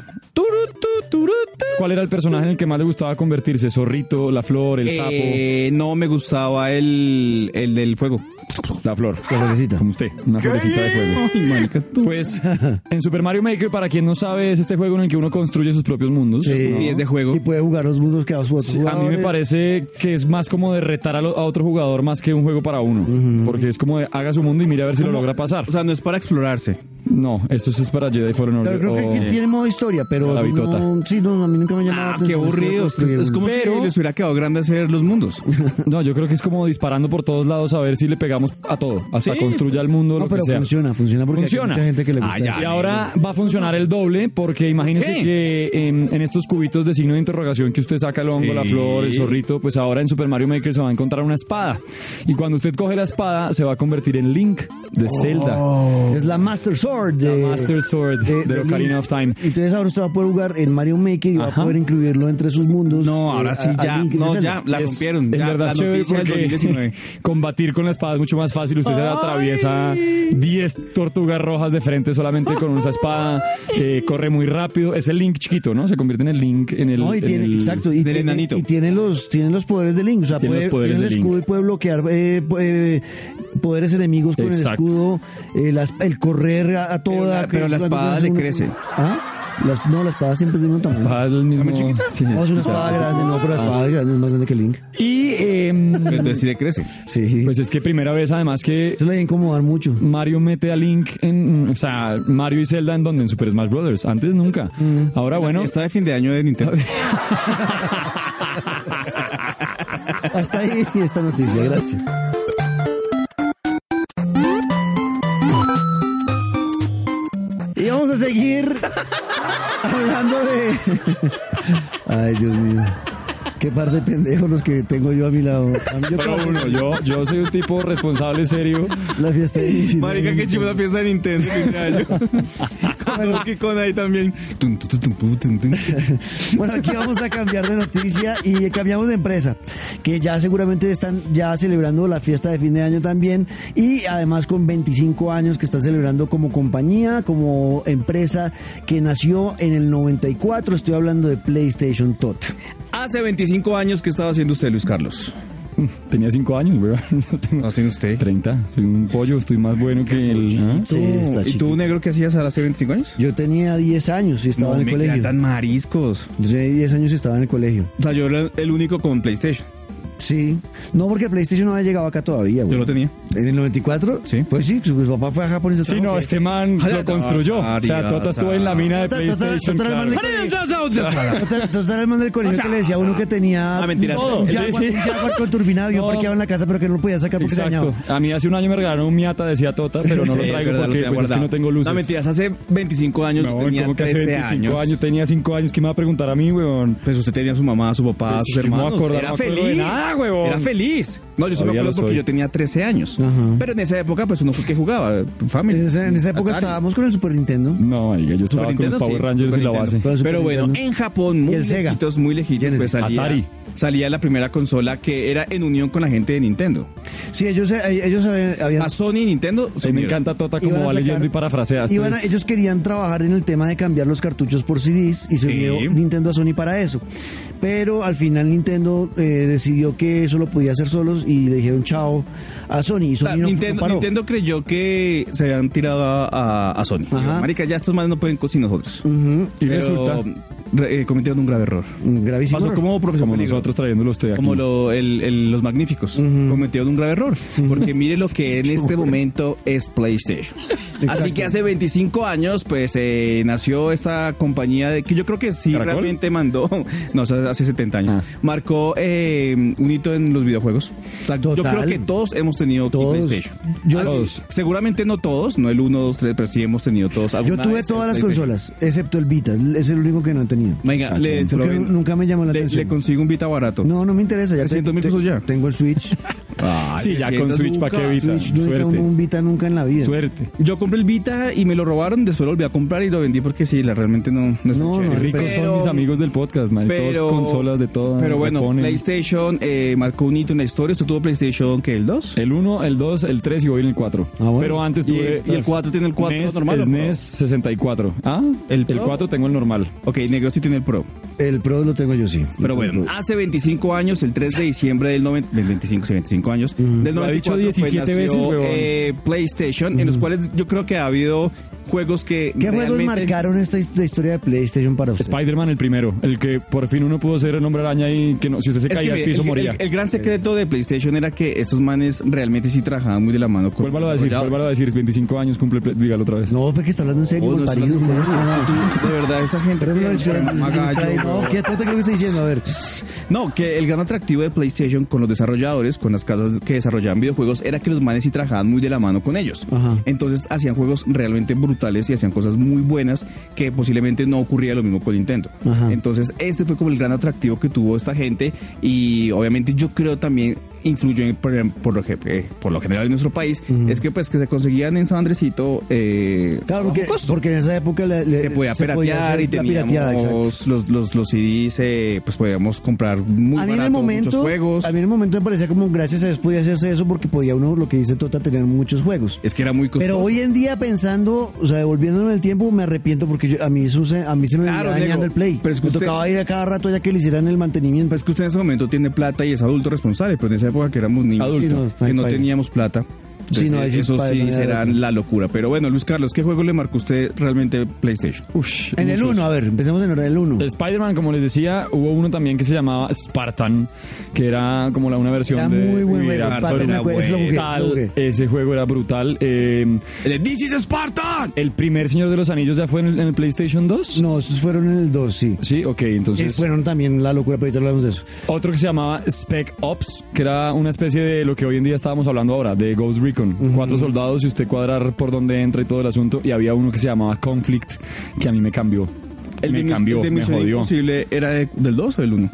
S4: ¿Cuál era el personaje en el que más le gustaba convertirse? ¿Zorrito, la flor, el
S3: Eh, no me gustaba el, el del fuego.
S4: sapo? La flor.
S2: La florecita.
S4: Como usted, una florecita de fuego.
S3: Ay, marica, tú.
S4: Pues en Super Mario Maker, para quien no sabe, es este juego en el que uno construye sus propios mundos.
S2: Sí.
S3: Y es de juego.
S2: Y puede jugar los mundos que a sus
S4: A mí me parece que es más como de retar a, lo- a otro jugador más que un juego para uno. Porque es como de haga su mundo y mire a ver si lo logra pasar.
S3: O sea, no es para explorarse.
S4: No, esto sí es para Jedi Fallen Order.
S2: Pero creo que
S4: o-
S2: aquí tiene modo historia, pero
S4: La bitota.
S2: no, sí, no, a mí nunca me ha llamado la
S3: Ah, qué
S2: atención.
S3: aburrido. Es es como
S4: Pero-
S3: si les hubiera quedado grande hacer los mundos.
S4: No, yo creo que es como disparando por todos lados a ver si le pegamos a todo. Hasta construya el
S2: pues.
S4: mundo,
S2: No,
S4: lo que
S2: pero
S4: sea.
S2: funciona, funciona porque hay
S4: Funciona.
S2: mucha gente que le gusta.
S3: Ah, ya.
S4: Y ahora va a funcionar el doble, porque imagínense
S3: Ok.
S4: que em, en, en estos cubitos de signo de interrogación que usted saca el hongo,
S3: Sí.
S4: la flor, el zorrito, pues ahora en Super Mario Maker se va a encontrar una espada. Y cuando usted coge la espada, se va a convertir en Link de
S2: Oh.
S4: Zelda.
S3: Oh.
S2: eso. Es la Master Sword de,
S3: Eh,
S4: Master Sword de, Ocarina
S2: Link.
S4: of Time.
S2: Entonces ahora usted va a poder jugar en Mario Maker y va
S4: Ajá.
S2: a poder incluirlo entre sus mundos.
S3: No, ahora
S2: eh,
S3: sí,
S2: a- a
S3: ya.
S2: Link de
S3: No,
S2: Zelda.
S3: ya, la
S4: Es-
S3: rompieron.
S4: en
S3: Ya,
S4: verdad
S3: la
S4: chévere
S3: noticia del
S4: porque [LAUGHS]
S3: 2019.
S4: combatir con la espada es mucho más fácil. Usted se atraviesa 10 tortugas rojas de frente solamente con esa espada. eh, corre muy rápido. Es el Link chiquito, ¿no? Se convierte en el Link en el...
S2: No, y
S4: en
S2: tiene,
S4: el-
S2: exacto, y
S3: del
S2: tiene,
S3: enanito.
S2: y tiene los, tiene los poderes de Link, o sea,
S4: Tiene
S2: puede,
S4: los poderes
S2: tiene el
S4: de Link.
S2: escudo y puede bloquear eh, pu- eh, poderes enemigos con el
S4: Exacto.
S2: escudo, eh, las- el correr a, a
S3: Pero
S2: toda...
S3: la- pero la
S2: cuando
S3: espada
S2: hace
S3: le
S2: uno-
S3: crece.
S2: ¿Ah? Las- no, la espada siempre tiene un tamaño.
S4: Ah, es el mismo-
S3: muy chiquita?
S4: Sí,
S2: No, es una espada grande, no, pero
S4: Ah.
S2: la espada grande es más grande que Link.
S4: Y eh,
S3: Pero entonces sí le crece.
S2: Sí.
S4: pues es que primera vez además que
S2: Eso le debe incomodar mucho.
S4: Mario mete a Link en, o sea, Mario y Zelda en donde en Super Smash Brothers, antes nunca. Ahora bueno,
S3: Mm. Está de fin de año de
S4: [LAUGHS]
S3: Nintendo.
S2: Hasta ahí esta noticia, gracias. Y vamos a seguir hablando de... Ay, Dios mío. Qué par de pendejos los que tengo yo a mi lado. A mí yo
S4: pero uno, yo yo soy un tipo responsable serio.
S2: la fiesta de Disney.
S3: Marica, qué chivo la pieza de Nintendo de fin de
S4: [LAUGHS]
S3: año. Con Donkey Kong ahí también. Tun, tun, tun, tun, tun, tun.
S2: Bueno, aquí vamos a cambiar de noticia y cambiamos de empresa, que ya seguramente están ya celebrando la fiesta de fin de año también y además con 25 años que están celebrando como compañía, como empresa que nació en el 94, estoy hablando de PlayStation Tota.
S3: Hace 25 años, ¿qué estaba haciendo usted, Luis Carlos?
S4: Tenía cinco años, weón. [LAUGHS] No tengo
S3: No, tiene usted.
S4: 30. Soy un pollo, estoy más bueno que el. ¿ah?
S2: Sí, está
S3: ¿Y tú,
S2: chiquito.
S3: negro, qué hacías hace 25 años?
S2: Yo tenía 10 años y estaba en el
S3: me quedan
S2: colegio.
S3: tan mariscos.
S2: Yo tenía 10 años y estaba en el colegio.
S3: O sea, yo era el único con PlayStation.
S2: Sí. No, porque PlayStation no había llegado acá todavía.
S3: Yo
S2: güey.
S3: lo tenía.
S2: ¿En el 94?
S3: Sí.
S2: Pues sí, su su papá fue a Japón y se
S4: Sí,
S2: trajo-
S4: no, este man lo construyó. O sea, Tota estuvo en la mina de
S2: Tota, Tota,
S4: PlayStation.
S2: Tota era el man
S4: claro.
S2: de Entonces entonces era el man del colegio que le decía a uno que tenía
S3: Ah, mentiras.
S2: un,
S4: Sí,
S2: jaguar,
S4: sí.
S2: un Jaguar con turbinado y
S3: [LAUGHS]
S2: yo
S4: No.
S2: parqueado en la casa pero que no lo podía sacar porque se
S4: Exacto.
S2: dañaba.
S4: A mí hace un año me regalaron un Miata, decía Tota, pero no lo
S3: Sí,
S4: traigo
S3: verdad,
S4: porque
S3: tenía
S4: pues, es que
S3: guardado.
S4: no tengo luces.
S3: No, mentiras, hace 25 años yo
S4: Weón,
S3: tenía
S4: ¿cómo que hace
S3: 13 años.
S4: Tenía 5 años. ¿Quién me va a preguntar a mí, weón?
S3: Pues usted tenía a su mamá, a su papá, a
S4: Pues
S3: sus
S4: yo no me
S3: hermanos.
S4: acuerdo,
S3: era
S4: no me acuerdo de
S3: feliz.
S4: nada, huevón.
S3: Era feliz. No, yo sí me
S4: Todavía
S3: acuerdo
S4: lo
S3: porque
S4: soy.
S3: yo tenía 13 años.
S2: Ajá.
S3: Pero en esa época, pues uno fue que jugaba. Family.
S2: En esa, en esa época
S3: Atari.
S2: estábamos con el Super Nintendo.
S4: No, oiga, yo estaba
S3: Super
S4: con los
S3: Nintendo,
S4: Power
S3: sí,
S4: Rangers
S3: Super
S4: y la
S3: Nintendo.
S4: base.
S2: Pero el
S3: Pero
S2: Super
S3: bueno,
S2: Nintendo.
S3: en Japón, muy
S2: el Sega.
S3: lejitos, muy lejitos,
S2: Genesis.
S3: pues salía,
S4: Atari.
S3: salía la primera consola que era en unión con la gente de Nintendo.
S2: Sí, ellos, eh, ellos habían... habían-
S3: A Sony y Nintendo se
S4: Sí, me
S3: unieron.
S4: encanta Tota
S2: iban
S4: como
S2: a
S4: va
S2: sacar-
S4: leyendo y parafrasea. Esto
S2: iban a-
S4: es-
S2: ellos querían trabajar en el tema de cambiar los cartuchos por CDs y se
S3: Sí.
S2: unió Nintendo a Sony para eso. Pero al final Nintendo eh, decidió que eso lo podía hacer solos y le dijeron chao a Sony. Y Sony
S3: O sea,
S2: no- no
S3: Nintendo,
S2: paró.
S3: Nintendo creyó que se habían tirado a, a- a Sony.
S2: Ajá.
S3: Marica, ya estos manes no pueden con- sin nosotros.
S2: Ujú,
S4: Y
S3: Pero,
S4: resulta,
S3: re- eh, cometieron un grave error.
S2: gravísimo.
S3: Pasó como profesor
S4: como
S3: Peligro.
S4: nosotros trayéndolo a usted aquí.
S3: Como lo- el- el- los magníficos. Cometieron un grave error. Porque mire lo
S2: [LAUGHS]
S3: que en este momento es PlayStation. Así que hace 25 años, pues eh, nació esta compañía de, que yo creo que sí
S4: ¿Caracol?
S3: realmente mandó. [LAUGHS] No, o sea, hace 70 años.
S4: Ah.
S3: Marcó eh, un hito en los videojuegos. O sea, yo
S2: Total.
S3: creo que todos hemos tenido aquí
S2: Todos.
S3: PlayStation.
S2: Yo-
S3: Así-
S4: Todos.
S3: Seguramente no todos, no el 1, 2, 3, pero sí hemos tenido todos.
S2: Yo
S3: alguna
S2: tuve
S3: vez eh,
S2: todas
S3: el
S2: las
S3: PlayStation.
S2: consolas, excepto el Vita. Es el único que no he tenido.
S3: Venga, le, Eh, se lo
S2: Porque
S3: vendo.
S2: nunca me llamó la
S3: le,
S2: atención.
S3: le consigo un Vita barato.
S2: No, no me interesa. Ya te-
S3: 300.000
S2: te-
S3: pesos ya. [LAUGHS] Ah,
S2: Tengo el Switch.
S4: sí, ya con
S3: 300
S4: Switch, ¿para qué
S3: lucas.
S4: Vita?
S2: Switch no he tenido
S4: Suerte.
S2: un Vita nunca en la vida.
S4: Suerte.
S3: Yo compré el Vita y me lo robaron, después lo volví a comprar y lo vendí porque sí, la, realmente no, no es
S2: No,
S3: muy
S2: no,
S3: chévere.
S2: rico
S4: Ricos son mis amigos del podcast, man.
S3: Pero,
S4: Todos consolas de todas.
S3: pero bueno,
S4: le ponen.
S3: PlayStation eh, marcó un hito en la historia. Esto tuvo PlayStation, que ¿El 2?
S4: El 1, el 2, el 3 y voy en el 4.
S2: Ah, bueno.
S4: Pero antes
S3: Y
S4: tuve. E
S3: el- y el cuatro tiene el cuatro
S4: NES,
S3: normal, ¿o no?
S4: SNES 64. Ah,
S3: ¿El
S4: el,
S3: Pro?
S4: 4 tengo el normal.
S3: Ok, negro sí tiene el Pro.
S2: El Pro lo tengo yo sí.
S3: Pero bueno, hace 25 años, el 3 de diciembre del 90, del 25, sí, 25 años, del
S4: Lo ha
S3: 94,
S4: dicho
S3: pues,
S4: 17 veces,
S3: nació,
S4: huevón.
S3: eh, PlayStation, en los cuales yo creo que ha habido juegos que
S2: ¿Qué juegos
S3: realmente-
S2: marcaron esta hist- la historia de PlayStation para usted?
S4: Spider-Man el primero, el que por fin uno pudo ser el hombre araña y que no, si usted se
S3: Es que
S4: caía al
S3: mire,
S4: piso
S3: el,
S4: moría.
S3: el- el gran secreto de PlayStation era que estos manes realmente sí trabajaban muy de la mano con
S4: Vuélvalo a decir, vuélvalo a decir, 25 años cumple, Play- dígalo otra vez.
S2: No, porque está hablando en serio,
S3: Oh, no,
S2: mal
S3: es
S2: parido.
S3: una locura. Tú, De verdad, esa gente.
S2: Pero me lo
S3: que-
S2: distrae, me lo
S3: Magallo,
S2: distrae.
S3: bro.
S2: No, quieto, te creo que está diciendo, a ver.
S3: No, que el gran atractivo de PlayStation con los desarrolladores, con las casas que desarrollaban videojuegos, era que los manes sí trabajaban muy de la mano con ellos.
S2: Ajá.
S3: Entonces hacían juegos realmente brutales y hacían cosas muy buenas que posiblemente no ocurría lo mismo con Nintendo.
S2: Ajá.
S3: Entonces este fue como el gran atractivo que tuvo esta gente y obviamente yo creo también influyó en- por, por lo, que, eh, por lo general en nuestro país, es que pues que se conseguían en San Andresito... eh,
S2: Claro, porque,
S3: bajo costo.
S2: porque en esa época le- le-
S3: se podía piratear
S2: Eh, hacer
S3: y
S2: la pirateada, exacto.
S3: teníamos los, los, los CDs, eh, pues podíamos comprar muy
S2: a mí en
S3: barato
S2: el momento,
S3: muchos juegos.
S2: A mí en el momento me parecía como gracias a Dios podía hacerse eso porque podía uno, lo que dice Tota, tener muchos juegos.
S3: Es que era muy costoso.
S2: Pero hoy en día pensando, o sea, devolviéndome el tiempo, me arrepiento porque yo- a mí eso se- a mí se me
S3: Claro,
S2: venía dañando
S3: Diego,
S2: el play.
S3: pero es que
S2: me
S3: usted-
S2: tocaba ir a cada rato ya que le hicieran el mantenimiento.
S3: Pues que usted en ese momento tiene plata y es adulto responsable, pero en esa época que éramos niños,
S2: Adulto. Sí, no,
S3: que no
S2: paila.
S3: teníamos plata.
S2: Sí,
S3: entonces,
S2: no, ahí sí
S3: eso
S2: paila,
S3: sí
S2: ya
S3: será
S2: era.
S3: la locura. Pero bueno, Luis Carlos, ¿qué juego le marcó usted realmente PlayStation?
S4: Ush,
S2: en el
S4: muchos.
S2: 1, a ver, empecemos en orden del 1.
S3: Pues,
S4: Spider-Man, como les decía, hubo uno también que se llamaba Spartan, que era como la, una versión
S2: Era
S4: de...
S2: muy buen
S4: Uy,
S2: juego,
S4: era
S2: Spartan, me acuerdo, ese lo jugué, ese lo
S4: brutal,
S2: jugué.
S4: Ese juego era brutal. eh,
S3: El de This is Spartan.
S4: el primer Señor de los Anillos ya fue en el, en el PlayStation 2.
S2: No, esos fueron en el 2, sí.
S4: Sí, ok,
S2: Que
S4: entonces...
S2: fueron también la locura, pero ahorita hablamos de eso.
S4: Otro que se llamaba Spec Ops, que era una especie de lo que hoy en día estábamos hablando ahora, de Ghost Recon. Cuatro soldados y usted cuadrar por dónde entra y todo el asunto. Y había uno que se llamaba Conflict, que a mí me cambió.
S3: El
S4: me
S3: de,
S4: cambió,
S3: el de
S4: me
S3: Misión
S4: jodió.
S3: Imposible era de- del 2 o del 1?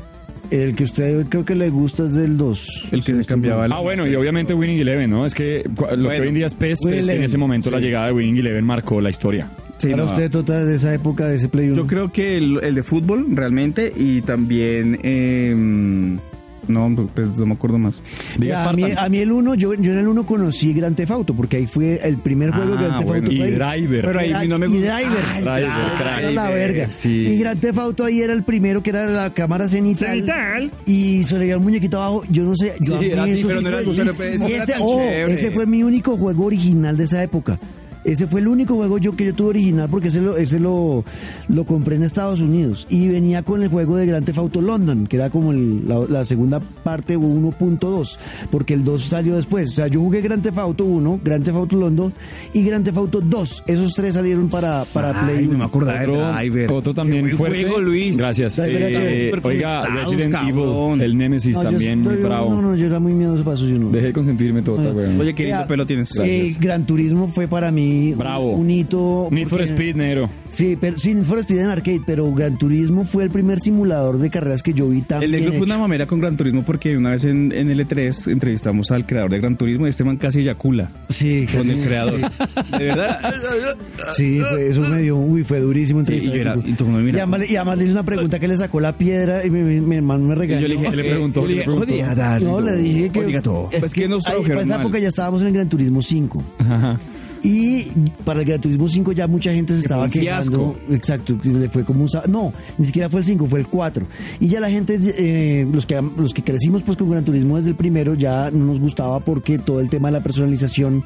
S2: El que usted creo que le gusta es del 2.
S3: El que se cambiaba el-
S4: Ah, bueno, y obviamente Winning Eleven, ¿no? Es que cua- lo que
S3: Bueno,
S4: hoy en día es PES,
S2: Winning
S4: es que en
S2: Eleven,
S4: ese momento la llegada de Winning Eleven marcó la historia.
S3: Sí,
S2: Para
S3: no.
S2: usted, Tota, de esa época, de ese Play 1.
S3: Yo creo que el, el de fútbol realmente y también eh, no pues no me acuerdo más.
S4: Diga
S2: Ya, a, mí,
S4: Spartan.
S2: a mí el 1, yo, yo en el 1 conocí Grand Theft Auto, porque ahí fue el primer juego de Grand
S3: Ah,
S2: Theft Auto.
S3: bueno.
S4: Y
S2: fue ahí.
S4: Driver.
S3: Pero ahí
S2: Era-
S3: no me
S2: y
S3: gusta.
S2: Driver.
S4: Driver,
S2: Ah,
S4: crack.
S2: era la verga.
S3: sí.
S2: Y Grand Theft Auto ahí era el primero que era la cámara cenital.
S4: Cenital.
S2: Y se le veía el muñequito abajo. Yo no sé. Yo
S4: Sí,
S2: amé
S4: era
S2: esos
S4: diferente,
S3: pero no era-
S2: juegos.
S3: pero ese
S2: Y
S3: era
S2: ese,
S3: tan
S2: oh,
S3: chévere.
S2: ese fue mi único juego original de esa época. Ese fue el único juego yo que yo tuve original porque ese lo, ese lo, lo compré en Estados Unidos. Y venía con el juego de Grand Theft Auto London, que era como el- la, la segunda parte o 1.2, porque el 2 salió después. O sea, yo jugué Grand Theft Auto 1, Grand Theft Auto London y Grand Theft Auto 2. Esos tres salieron para, para
S3: Ay,
S2: Play.
S3: no me
S2: uno.
S3: acordaba de Driver.
S4: otro
S3: Qué
S4: también
S3: buen
S4: fuerte.
S3: juego, Luis.
S4: Gracias.
S2: Driver era chévere.
S4: Eh,
S3: Súper
S4: oiga,
S3: conectados,
S4: Resident
S3: cabrón.
S4: Evil, el Nemesis
S2: No, yo
S4: también,
S2: estoy-
S4: muy bravo.
S2: No, no, yo era muy miedoso para eso, yo no.
S4: Dejé de consentirme todo, weón.
S3: Oye, qué lindo
S2: Vea,
S3: pelo tienes.
S2: eh, Gran Turismo fue para mí un-
S4: Bravo.
S2: un hito.
S4: Need for
S2: porque-
S4: Speed, negro.
S2: Sí, pero, sí, Need for Speed en arcade, pero Gran Turismo fue el primer simulador de carreras que yo vi tan
S3: El negro
S2: bien
S3: fue una
S2: hecho.
S3: mamera con Gran Turismo porque una vez en, en L3 entrevistamos al creador de Gran Turismo y este man casi eyacula
S2: Sí,
S3: con
S2: casi-
S3: el creador. De verdad.
S4: [LAUGHS]
S2: Sí, fue- eso me dio, uy, fue durísimo entrevistar
S3: Y yo era-
S2: al tipo.
S3: y tú no me
S2: y,
S3: miras.
S2: además, le- y además le hice una pregunta que le sacó la piedra y mi, mi- mi hermano me regañó.
S4: ¿Qué le preguntó? ¿Qué le preguntó?
S2: no, le dije que...
S3: Es, que, Pues, nos
S2: ahí- para
S3: tradujeron
S2: esa
S3: mal.
S2: época ya estábamos en el Gran Turismo 5.
S4: Ajá.
S2: Y para el Gran Turismo 5 ya mucha gente se estaba
S3: un
S2: quejando. Exacto, que le fue como un... sa- No, ni siquiera fue el 5, fue el 4. Y ya la gente, eh, los, que, los que crecimos pues con Gran Turismo desde el primero, ya no nos gustaba porque todo el tema de la personalización,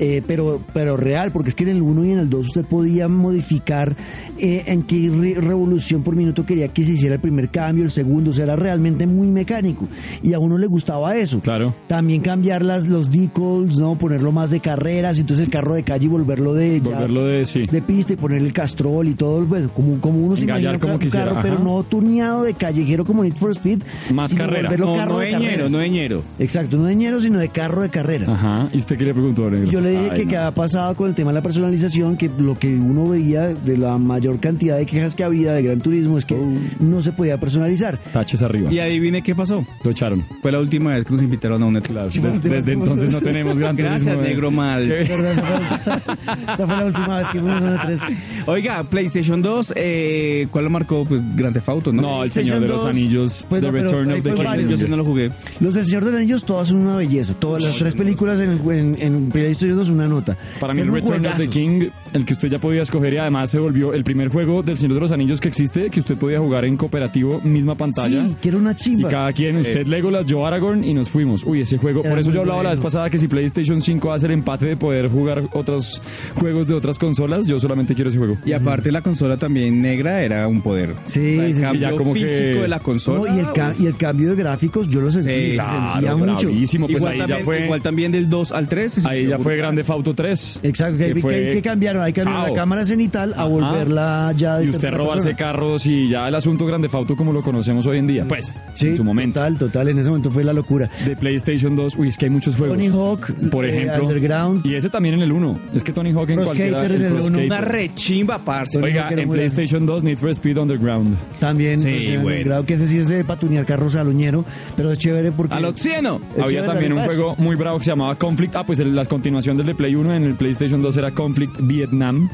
S2: eh, pero, pero real, porque es que en el 1 y en el 2 usted podía modificar eh, en qué re- revolución por minuto quería que se hiciera el primer cambio, el segundo, o sea, era realmente muy mecánico. Y a uno le gustaba eso.
S4: Claro.
S2: También cambiar las, los decals, ¿no? Ponerlo más de carreras, entonces el carro de calle y volverlo de, ya-
S4: Volverlo de sí.
S2: de pista y poner el castrol y todo, pues, como, como uno se imagina
S4: Engallar
S2: un
S4: como
S2: ca- un
S4: quisiera,
S2: carro,
S4: ajá.
S2: pero no tuneado de callejero como Need for Speed.
S4: Más
S2: sino
S4: carrera.
S2: volverlo
S3: No,
S2: carro
S3: no
S2: de
S3: eñero,
S2: carreras.
S3: no eñero.
S2: Exacto, no de ñero, sino de carro de carreras.
S4: Ajá. ¿Y usted qué le preguntó, negro?
S2: Yo le dije
S3: Ay,
S2: que,
S3: no.
S2: que había pasado con el tema de la personalización, que lo que uno veía de la mayor cantidad de quejas que había de Gran Turismo es que
S4: Oh.
S2: no se podía
S4: [LAUGHS]
S2: personalizar.
S4: Taches arriba.
S3: Y adivine qué pasó.
S4: Lo echaron.
S3: Fue la última vez que nos invitaron a un Netflix.
S4: De- Desde, entonces no tenemos gran
S3: Gracias,
S4: turismo, eh.
S3: negro mal.
S4: [LAUGHS]
S2: ¿Verdad? Esa fue- Esa fue la última vez que fuimos a una 3.
S3: Oiga, PlayStation 2, eh, ¿cuál lo marcó? Pues Grand Theft Auto, ¿no?
S4: No, el Señor de los
S2: Session dos,
S4: Anillos,
S2: pues
S4: The
S2: no, pero
S4: Return
S2: ahí
S4: of the
S2: fue
S4: King.
S2: varios.
S3: Yo sí no lo jugué.
S2: Los del Señor de los Anillos, todas son una belleza. Todas las tres películas en, en, en PlayStation 2, una nota.
S4: Para mí el
S2: Son
S4: Return of the
S2: juegazos.
S4: King, el que usted ya podía escoger y además se volvió el primer juego del Señor de los Anillos que existe, que usted podía jugar en cooperativo, misma pantalla.
S2: Sí, que era una
S4: Y
S2: chimba.
S4: cada quien, usted Legolas, yo Aragorn y nos fuimos. Uy, ese juego.
S2: Era
S4: Por eso
S2: muy
S4: yo hablaba la vez
S2: bueno.
S4: pasada que si PlayStation 5 hace el empate de poder jugar otros juegos de otras consolas, yo solamente quiero ese juego.
S3: Y aparte la consola también negra era un poder.
S2: Sí,
S3: O sea, el
S2: sí, sí.
S3: cambio
S4: Ya como que-
S3: físico de la consola.
S2: No, y, el ca- y el cambio de gráficos, yo lo sentí.
S3: Sí,
S2: se sentía
S4: Claro,
S2: mucho.
S4: bravísimo. Pues
S3: igual,
S4: ahí
S3: también,
S4: ya fue.
S3: igual también del 2 al 3. sí, sí,
S4: Ahí ya
S3: yo-
S4: fue Grande Fauto 3.
S2: Exacto, que, que, que cambiaron, hay que cambiar la
S4: Chao.
S2: cámara cenital a volverla ya de
S4: Y usted
S2: tercera
S4: robarse
S2: persona.
S4: carros y ya el asunto Grande Fauto como lo conocemos hoy en día. Pues,
S2: Sí,
S4: en su momento.
S2: Total, total, en ese momento fue la locura.
S4: De PlayStation 2, uy, es que hay muchos juegos.
S2: Tony Hawk,
S4: por
S2: eh,
S4: ejemplo.
S2: Underground.
S4: Y ese también en el 1. Es que Tony Hawk en
S2: Pro
S4: cualquiera.
S2: Skater en el
S4: Pro
S2: uno.
S4: Skater.
S3: Una rechimba, parce.
S2: Oye,
S4: Oiga,
S2: Era
S4: en
S2: muy grande.
S4: PlayStation 2, Need for Speed Underground.
S2: También,
S3: Sí,
S2: pues, en el
S3: bueno.
S2: grado que ese sí es de patunear carros al uñero, pero es chévere porque...
S3: A lo cieno.
S2: Es
S4: Había
S2: chévere,
S4: también un
S2: además.
S4: juego muy bravo que se llamaba Conflict. Ah, pues el- la continuación del de Play 1 en el PlayStation 2 era Conflict Vietnam.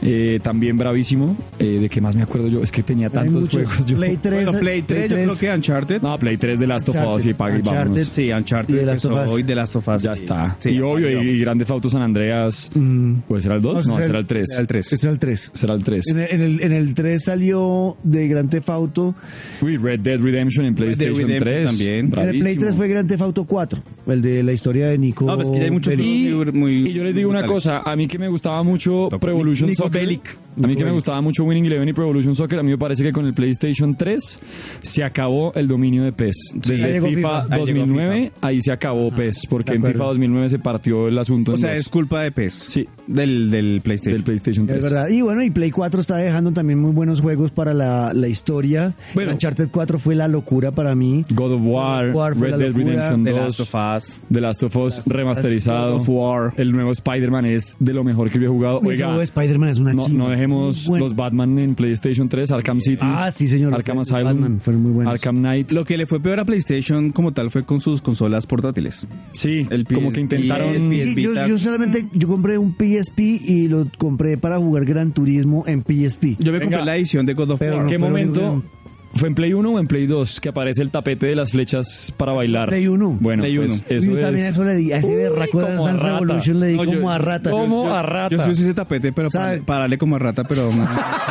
S4: Eh, también bravísimo. Eh, ¿De qué más me acuerdo yo? Es que tenía
S2: Hay
S4: tantos
S2: muchos.
S4: juegos. Yo.
S2: Play 3,
S3: Bueno, Play 3, yo creo que Uncharted.
S4: No, Play 3 de Last of Us
S2: Uncharted,
S4: y pague y
S2: Uncharted.
S4: vámonos.
S3: Sí,
S2: Y
S3: Uncharted.
S2: de Last of
S3: empezó
S2: Us.
S3: hoy de Last of Us.
S4: Ya está.
S3: Sí,
S4: y obvio,
S3: valió.
S4: y Grande Fauto San Andreas.
S2: Mm.
S4: ¿Puede ser el 2? No, será el 3.
S3: Será el 3.
S2: Ese era el 3.
S4: Será el 3.
S2: En el, en, el, en el 3 salió de Grand Theft Auto.
S4: Uy, Red Dead Redemption en
S3: Dead
S4: PlayStation
S3: Redemption
S4: 3.
S3: también.
S2: En el Play 3 fue Grand Theft Auto 4, el de la historia de Nico.
S3: No, pues que ya hay muchos
S2: Bellic.
S4: Y,
S3: Muy- muy-
S4: y yo les digo una
S3: brutales.
S4: cosa, a mí que me gustaba mucho Pro Evolution
S3: Nico
S4: Soccer,
S3: Bellic.
S4: a mí que me gustaba mucho Winning Eleven y Pro Evolution Soccer, a mí me parece que con el PlayStation 3 se acabó el dominio de PES.
S2: ahí
S4: Desde
S2: llegó
S4: FIFA,
S2: FIFA.
S3: Ahí llegó
S4: 2009, ahí se acabó PES, porque
S2: de
S4: en
S2: acuerdo.
S4: FIFA 2009 se partió el asunto
S3: O
S4: en
S3: sea,
S4: dos
S3: es culpa de PES.
S4: Sí.
S3: Del, del PlayStation.
S4: del PlayStation 3.
S2: Es verdad. Y bueno, y Play 4 está dejando también muy buenos juegos para la, la historia.
S3: Bueno.
S2: Uncharted 4 fue la locura para mí.
S4: God of War,
S2: War fue
S4: Red
S2: la
S4: Dead
S2: locura,
S4: Redemption
S3: The
S4: 2,
S3: Last of Us.
S4: The Last of Us remasterizado,
S3: God of War.
S4: el nuevo Spider-Man es de lo mejor que yo he jugado.
S2: Ese
S4: Oiga,
S2: juego de Spider-Man es una
S4: No,
S2: chimba.
S4: no dejemos
S2: Muy bueno.
S4: los Batman en PlayStation 3, Arkham City.
S2: Ah, sí, señor.
S4: Arkham
S2: Los
S4: Asylum.
S2: Batman fueron muy buenos.
S4: Arkham Knight.
S3: Lo que le fue peor a PlayStation como tal fue con sus consolas portátiles.
S4: Sí,
S3: El
S4: como
S3: PS-
S4: que intentaron...
S3: PSP.
S2: Y yo,
S3: Vita.
S2: yo solamente yo compré un PSP y lo compré para jugar Gran Turismo en PSP.
S3: Yo me
S4: Venga.
S3: compré la edición de God of
S2: Pero
S3: War.
S4: ¿En
S2: no
S4: qué
S2: fue lo
S4: momento?
S2: único
S4: ¿Fue en Play 1 o en Play 2 que aparece el tapete de las flechas para bailar?
S2: Play 1.
S4: Bueno,
S3: Play
S4: pues
S3: 1.
S2: yo
S4: eso
S2: también
S4: es...
S2: eso le di, a ese
S4: Uy,
S2: berraco de
S4: como
S2: Dance
S4: rata.
S2: Revolution le di
S3: No, yo-
S2: como a rata.
S4: ¿Cómo a
S3: Yo
S4: rata?
S3: sí usé ese tapete, pero
S2: sea-
S3: para, para darle como a
S2: [LAUGHS]
S3: rata, pero no.
S2: Gracias.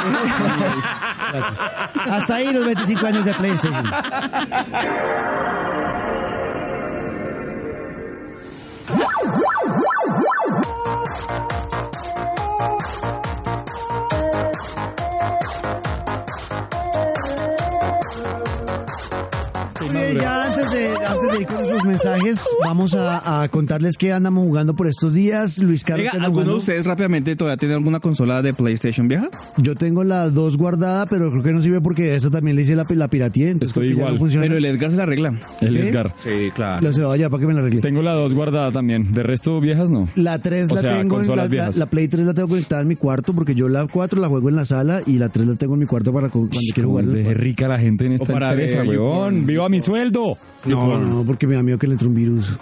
S2: Hasta ahí los 25 años de PlayStation. Muy bien, ya antes de, antes de ir con sus mensajes, vamos a, a contarles qué andamos jugando por estos días. Luis Carlos,
S3: Oiga,
S2: ¿qué anda
S3: ¿alguno de
S2: jugando?
S3: ustedes rápidamente todavía tiene alguna consola de PlayStation vieja?
S2: Yo tengo la 2 guardada, pero creo que no sirve porque esa también le hice la, la pirateé. Entonces
S4: Estoy
S2: creo que ya
S4: igual,
S2: no funciona.
S3: Pero el Edgar se la arregla.
S4: El
S2: ¿Sí?
S4: Edgar.
S3: Sí, claro.
S2: La se la voy a llevar para que me la arregle.
S4: Tengo la 2 guardada también. De resto, viejas no.
S2: La 3
S4: O
S2: la
S4: sea,
S2: tengo en la,
S4: consolas
S2: la-
S4: viejas.
S2: la Play 3 la tengo conectada en mi cuarto porque yo la 4 la juego en la sala y la 3 la tengo en mi cuarto para cu- cuando quiero jugar.
S4: Joder, rica la gente en esta
S3: para
S4: empresa,
S3: ver
S4: weón.
S3: YouPorn.
S4: ¡Viva mi sueldo!
S2: No, no, porque me da miedo que le entre un virus,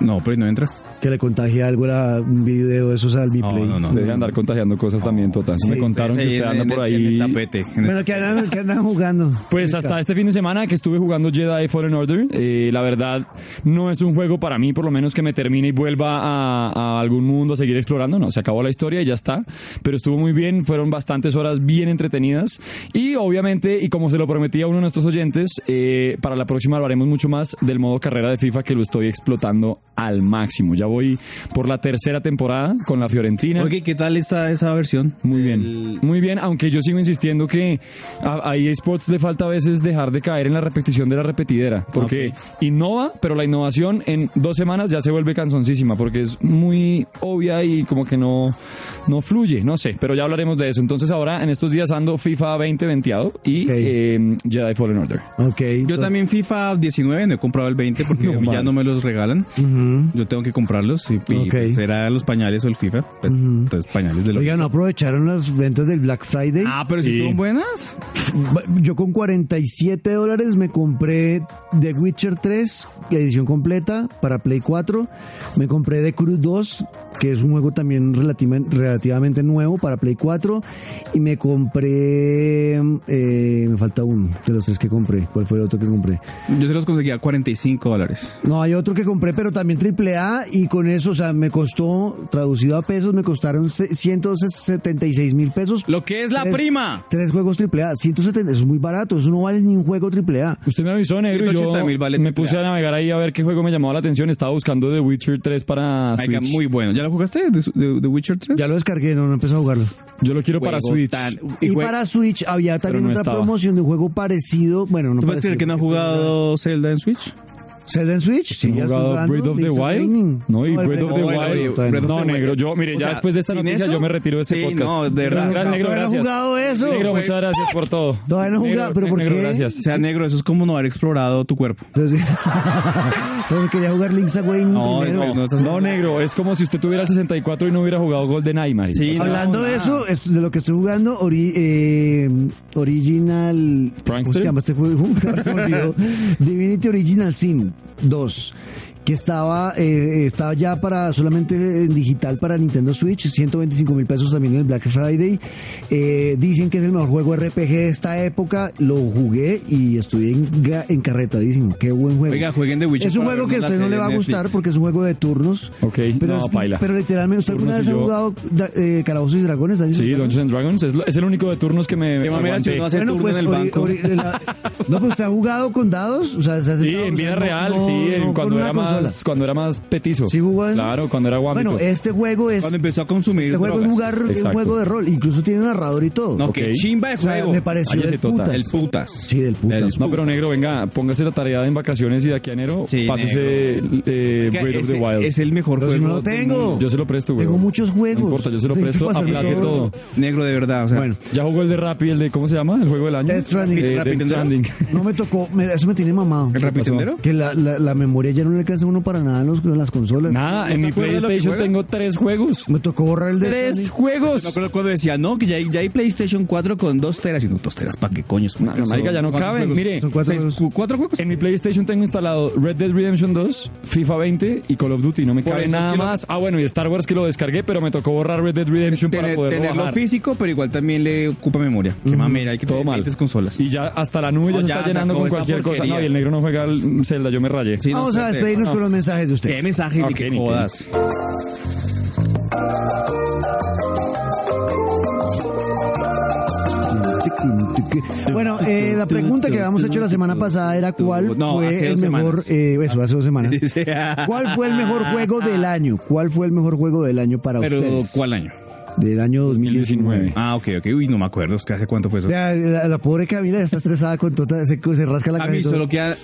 S3: No, pero no entra.
S2: que le contagie algo a un video de esos al mi Play.
S3: no, no.
S4: Debe andar contagiando cosas también, total. Me contaron que
S3: Sí,
S4: usted
S3: pues en-
S4: anda
S3: en-
S4: por
S3: En el
S4: ahí
S3: tapete.
S2: Bueno, ¿qué andan, qué andan jugando?
S4: Pues hasta este fin de semana que estuve jugando Jedi Fallen Order, eh, la verdad no es un juego para mí, por lo menos que me termine y vuelva a, a algún mundo a seguir explorando, no, se acabó la historia y ya está, pero estuvo muy bien, fueron bastantes horas bien entretenidas y obviamente, y como se lo prometí a uno de nuestros oyentes, eh, para la próxima hablaremos mucho más del modo carrera de FIFA que lo estoy explotando al máximo, ya voy por la tercera temporada con la Fiorentina.
S3: Oye, ¿qué tal está esa versión?
S4: Muy
S3: El-
S4: bien, muy bien, aunque yo sigo insistiendo que a, a EA Sports le falta a veces dejar de caer en la repetición de la repetidera, porque innova, pero la innovación en dos semanas ya se vuelve canzoncísima, porque es muy obvia y como que no, no fluye, no sé, pero ya hablaremos de eso. Entonces ahora en estos días ando FIFA 20 venteado y
S2: Ok.
S4: eh, Jedi Fallen Order.
S2: Ok.
S3: Yo también FIFA 19, no he comprado el 20 porque
S2: [LAUGHS] No
S3: ya
S2: mames.
S3: no me los regalan. Yo tengo que comprarlos y, y,
S2: Ok.
S3: pues, será los pañales o el FIFA. Pues, Entonces pañales de los...
S2: Oigan, ¿no aprovecharon las ventas del Black Friday?
S3: Ah, pero si
S4: Sí.
S3: son buenas.
S2: Yo con 47 dólares me compré The Witcher 3, la edición completa para Play 4. Me compré The Crew 2, que es un juego también relativa- relativamente nuevo para Play 4. Y me compré... eh, me falta uno de los tres que compré. ¿Cuál fue el otro que compré?
S3: Yo se los conseguía a 45 dólares.
S2: No, hay otro que compré, pero también triple A y con eso, o sea, me costó, traducido a pesos, me costaron se- 176 mil pesos.
S3: Lo que es la
S2: Tres-
S3: prima.
S2: Tres juegos triple A, 170, eso es muy barato, eso no vale ni un juego triple A.
S4: Usted me avisó, negro, y yo
S3: 180.000 vale
S4: me
S3: triple
S4: puse
S3: A.
S4: a navegar ahí a ver qué juego me llamaba la atención, estaba buscando The Witcher 3 para
S3: Oiga,
S4: Switch.
S3: muy bueno. ¿Ya lo jugaste? ¿De, de- de Witcher 3?
S2: Ya lo descargué, no, no empecé a jugarlo.
S4: Yo lo quiero para
S3: Juego
S4: Switch.
S3: tan-
S2: Y,
S3: jue-
S2: para Switch había también
S4: no
S2: otra
S4: estaba.
S2: promoción de un juego parecido, bueno, no
S3: ¿Tú puedes creer
S2: parecido.
S3: que no ha jugado
S2: este,
S3: Zelda en Switch?
S2: ¿Zelda en Switch? Sí,
S4: ¿Han
S2: ya estoy
S4: jugado
S2: jugando
S4: Breath of the
S2: Link's Awakening.
S4: Wild? No, y
S2: el
S4: Breath of
S3: Breath
S4: the
S3: of the
S4: Wild.
S3: Wild. Breath of
S4: No,
S3: the
S4: negro,
S3: Wild.
S4: yo, mire,
S3: O
S4: ya
S3: sea,
S4: después de esta
S3: ¿sin
S4: noticia
S3: eso?
S4: yo me retiro de este
S3: Sí,
S4: podcast.
S3: no, de verdad.
S4: Gracias, negro,
S2: Todavía no he
S4: gracias.
S2: jugado eso.
S4: Negro,
S3: Fue-
S4: muchas gracias por todo.
S2: Todavía no he
S4: Negro,
S2: jugado, pero ¿por
S4: negro,
S2: qué?
S4: gracias.
S3: O sea, negro, eso es como no haber explorado tu cuerpo.
S2: Entonces, pero quería jugar Link's Awakening
S3: No, pues,
S2: primero.
S3: no, no,
S4: No, negro, es como si usted tuviera el 64 y no hubiera jugado GoldenEye, marica.
S3: Sí,
S4: O sea,
S3: no.
S2: Pues Hablando de eso, es- de lo que estoy jugando, ori- eh, Original. ¿Cómo se
S4: Prankster?
S2: llama este juego? [LAUGHS] Se me olvidó. Divinity Original Sin 2. Que estaba, eh, estaba ya para solamente en digital para Nintendo Switch, 125 mil pesos también en el Black Friday. Eh, dicen que es el mejor juego RPG de esta época. Lo jugué y estuve enga- encarretadísimo. Qué buen juego.
S3: Oiga, jueguen The Witcher
S2: Es un
S3: para
S2: juego que a
S3: vernos la
S2: usted no le
S3: serie
S2: va a
S3: en
S2: gustar
S3: Netflix.
S2: porque es un juego de turnos.
S4: Ok,
S2: pero,
S4: no,
S2: es-
S4: paila.
S2: pero literalmente, ¿usted alguna vez
S4: Turnos y
S2: ha
S4: yo-
S2: jugado da- eh, Calabozos y Dragones? Daniel?
S4: Sí, Dungeons and Dragons es, lo- es el único de turnos que me
S3: Qué mamera si
S4: aguanté.
S3: uno hace
S2: Bueno,
S3: turno
S2: pues,
S3: en el
S2: ori-
S3: banco.
S2: ori- la- no, pero usted ha jugado con dados, o sea, se ha
S4: Sí,
S2: sentado,
S4: en
S2: o sea,
S4: vida
S2: no-
S4: real,
S2: no-
S4: sí, en
S2: no
S4: cuando
S2: con
S4: era
S2: una consola.
S4: más cuando era más petizo.
S2: ¿Sí jugó en-
S4: Claro, cuando era guamito.
S2: Bueno, este juego es
S3: Cuando empezó a consumir
S2: este juego es
S3: drogas.
S2: jugar es un
S4: Exacto.
S2: juego de rol, incluso tiene narrador y todo.
S3: No,
S4: Ok.
S3: que chimba de
S2: O sea,
S3: juego.
S2: me pareció
S4: Cállese,
S2: del
S4: Tota.
S2: putas.
S3: El putas.
S2: Sí, del putas.
S4: No, pero negro, venga, póngase la tarea en vacaciones y de aquí a enero
S3: Sí,
S4: pásese eh,
S3: Oiga,
S4: Breath of
S3: ese-
S4: the Wild.
S3: Es el mejor
S2: Pero si
S3: juego.
S2: no lo
S3: del
S2: tengo.
S3: mundo.
S4: Yo se lo presto, güey.
S2: Tengo muchos juegos.
S4: No importa, yo se lo
S2: Tengo que
S4: presto,
S2: pasarme
S4: aplace
S2: todo.
S4: todo.
S3: Negro de verdad. O sea,
S2: Bueno.
S4: Ya jugó el de Rappi, el de, ¿cómo se llama? El juego del año.
S2: Death Stranding.
S4: Eh,
S3: Rappi
S4: Death
S3: Tendero.
S4: Stranding.
S2: [LAUGHS]
S3: [LAUGHS]
S2: No me tocó, me- eso me tiene mamado.
S3: ¿El rapitendero?
S2: Que la, la, la memoria ya no le alcanza a uno para nada en, los- en las consolas.
S4: Nada, en
S3: te
S4: mi
S3: acuerdas de lo que
S4: PlayStation
S3: juega?
S4: tengo tres juegos.
S2: Me tocó borrar el de
S4: ¡Tres juegos!
S3: Me acuerdo cuando decía, no, que ya hay, ya hay PlayStation 4 con 2 teras. Y no, 2 teras, ¿para qué coños?
S4: No, no, marica, ya no
S3: ¿Cuántos
S4: caben.
S3: juegos?
S4: Mire,
S2: Son cuatro
S3: Seis-
S2: juegos.
S3: cu- ¿Cuatro juegos?
S4: en mi PlayStation tengo instalado Red Dead Redemption 2, FIFA 20 y Call of Duty. No me
S3: Por
S4: cabe
S3: eso es
S4: nada
S3: que lo-
S4: más. Ah, bueno, y Star Wars que lo descargué, pero me tocó borrar Red Dead Redemption para
S3: Tener-
S4: poderlo
S3: tenerlo
S4: bajar.
S3: físico, pero igual también le ocupa memoria. Qué mamera, hay que
S4: Todo
S3: tener
S4: mal.
S3: 20 consolas.
S4: Y ya hasta la nube
S3: No,
S4: ya se
S3: ya
S4: está llenando
S3: sacó
S4: con
S3: esta
S4: cualquier cosa.
S3: porquería.
S4: No, y el negro no juega al Zelda, yo me rayé.
S3: Sí, no,
S2: Vamos a
S3: espérate.
S2: despedirnos con los mensajes de
S3: Qué
S2: ustedes.
S3: mensaje, ni
S4: Ok,
S3: que [LAUGHS]
S4: ni
S3: jodas.
S2: Bueno, eh, la pregunta que habíamos hecho la semana pasada era cuál
S3: No,
S2: fue
S3: hace
S2: el
S3: dos
S2: mejor,
S3: semanas.
S2: eh, eso hace dos semanas.
S3: [LAUGHS] Sí.
S2: ¿Cuál
S3: ah,
S2: fue el mejor juego del año? ¿Cuál fue el mejor juego del año para
S3: Pero,
S2: ustedes?
S3: ¿cuál año?
S2: Del año 2019.
S3: Ah, ok, ok. Uy, no me acuerdo. Es que hace cuánto fue eso.
S2: Ah, La, la- la pobre Camila ya está estresada con toda se, se rasca la
S3: A
S2: cabeza.
S3: mí
S2: y todo.
S3: solo queda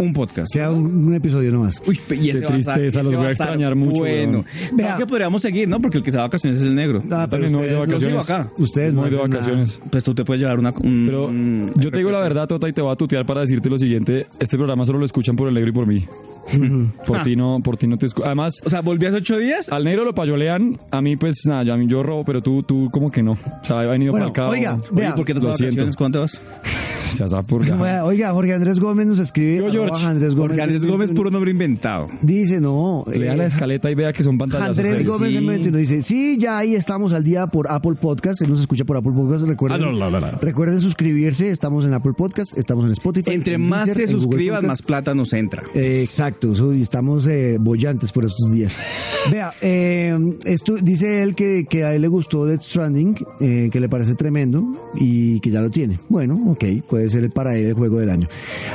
S3: un podcast.
S2: Sea un, un episodio nomás.
S3: Uy, pe- y ese
S4: Qué
S3: va a estar-
S4: tristeza, los
S3: ese va
S4: voy a
S3: estar
S4: extrañar mucho,
S3: Bueno,
S4: weón.
S3: vea que podríamos seguir, ¿no? Porque el que se va a vacaciones es el negro.
S2: Ah, pero
S4: También no voy de
S2: ustedes-
S3: yo sigo
S4: vacaciones.
S3: acá.
S2: Ustedes no
S4: no voy de
S2: hacen
S4: vacaciones.
S3: Pues tú te puedes llevar una. un-
S4: Pero
S2: Mm,
S3: un-
S4: yo te digo la verdad, Tota, y te voy a tutear para decirte lo siguiente. Este programa solo lo escuchan por el negro y
S2: [LAUGHS]
S4: por mí. por ti no, por ti no te escuchan. Además,
S3: O sea, volví hace ocho días.
S4: al negro lo payolean, a mí pues nada, yo, a mí yo robo, pero tú, tú como que no. O sea, he venido
S2: Bueno,
S4: para acá.
S2: oiga,
S4: o-
S2: vea.
S3: Oye, ¿por qué te vas
S4: Lo
S3: a vacaciones?
S4: siento.
S3: ¿Cuánto vas?
S4: Se
S2: [LAUGHS]
S4: has apurgado.
S2: Bueno, Oiga, Jorge Andrés Gómez nos escribe.
S4: Yo, George.
S2: arroba Andrés Gómez.
S3: Porque Andrés Gómez, puro nombre inventado.
S2: Dice, no.
S4: Lea
S2: eh,
S4: la escaleta y vea que son pantallas.
S2: Andrés Gómez
S3: sí.
S2: M21 dice, sí, ya ahí estamos al día por Apple Podcast, él nos escucha por Apple Podcast, recuerden,
S3: Ah, no, no, no, no.
S2: recuerden suscribirse, estamos en Apple Podcast, estamos en Spotify.
S3: Entre
S2: en
S3: más
S2: Deezer,
S3: se
S2: en Google
S3: suscriban, más
S2: Podcast.
S3: plata nos entra.
S2: Eh, exacto, eso, y estamos eh, bollantes por estos días. Vea, eh, esto, dice él que, que a él le gustó Death Stranding, eh, que le parece tremendo y que ya lo tiene. Bueno, ok, puede debe ser para él el juego del año.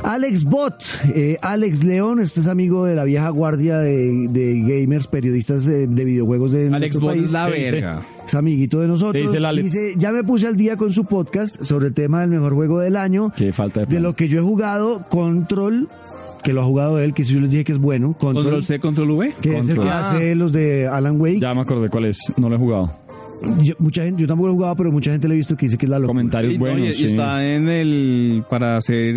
S2: Alex Bot, eh, Alex León, este es amigo de la vieja guardia de, de gamers, periodistas eh, de videojuegos de
S3: Alex
S2: nuestro
S3: Bot
S2: país.
S3: es la
S4: ¿qué dice?
S3: verga.
S2: Es amiguito de nosotros.
S4: Te dice el Alex.
S2: Dice, ya me puse al día con su podcast sobre el tema del mejor juego del año.
S4: Qué falta de
S2: De
S4: plan.
S2: lo que yo he jugado, Control, que lo ha jugado él, que yo les dije que es bueno. Control,
S3: Control C, Control V.
S2: que es el que
S4: Control.
S2: hace los de Alan Wake.
S4: Ya me acordé cuál es, no lo he jugado.
S2: Yo, mucha gente, yo tampoco lo he jugado, pero mucha gente lo he visto que dice que es la locura.
S4: Comentarios
S3: Y, no,
S4: buenos.
S3: y- y
S4: sí.
S3: está en el. para ser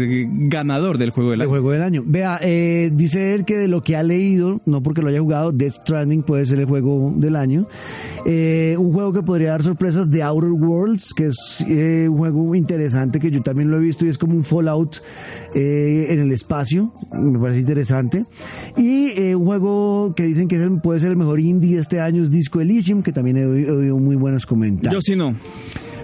S3: ganador del juego
S2: El
S3: del año.
S2: juego del año. Vea, eh, dice él que de lo que ha leído, no porque lo haya jugado, Death Stranding puede ser el juego del año. Eh, un juego que podría dar sorpresas de Outer Worlds, que es eh, un juego interesante que yo también lo he visto y es como un Fallout eh, en el espacio. Me parece interesante. Y eh, un juego que dicen que es el- puede ser el mejor indie de este año es Disco Elysium, que también he oí- he oído muy buenos comentarios.
S3: Yo sí no.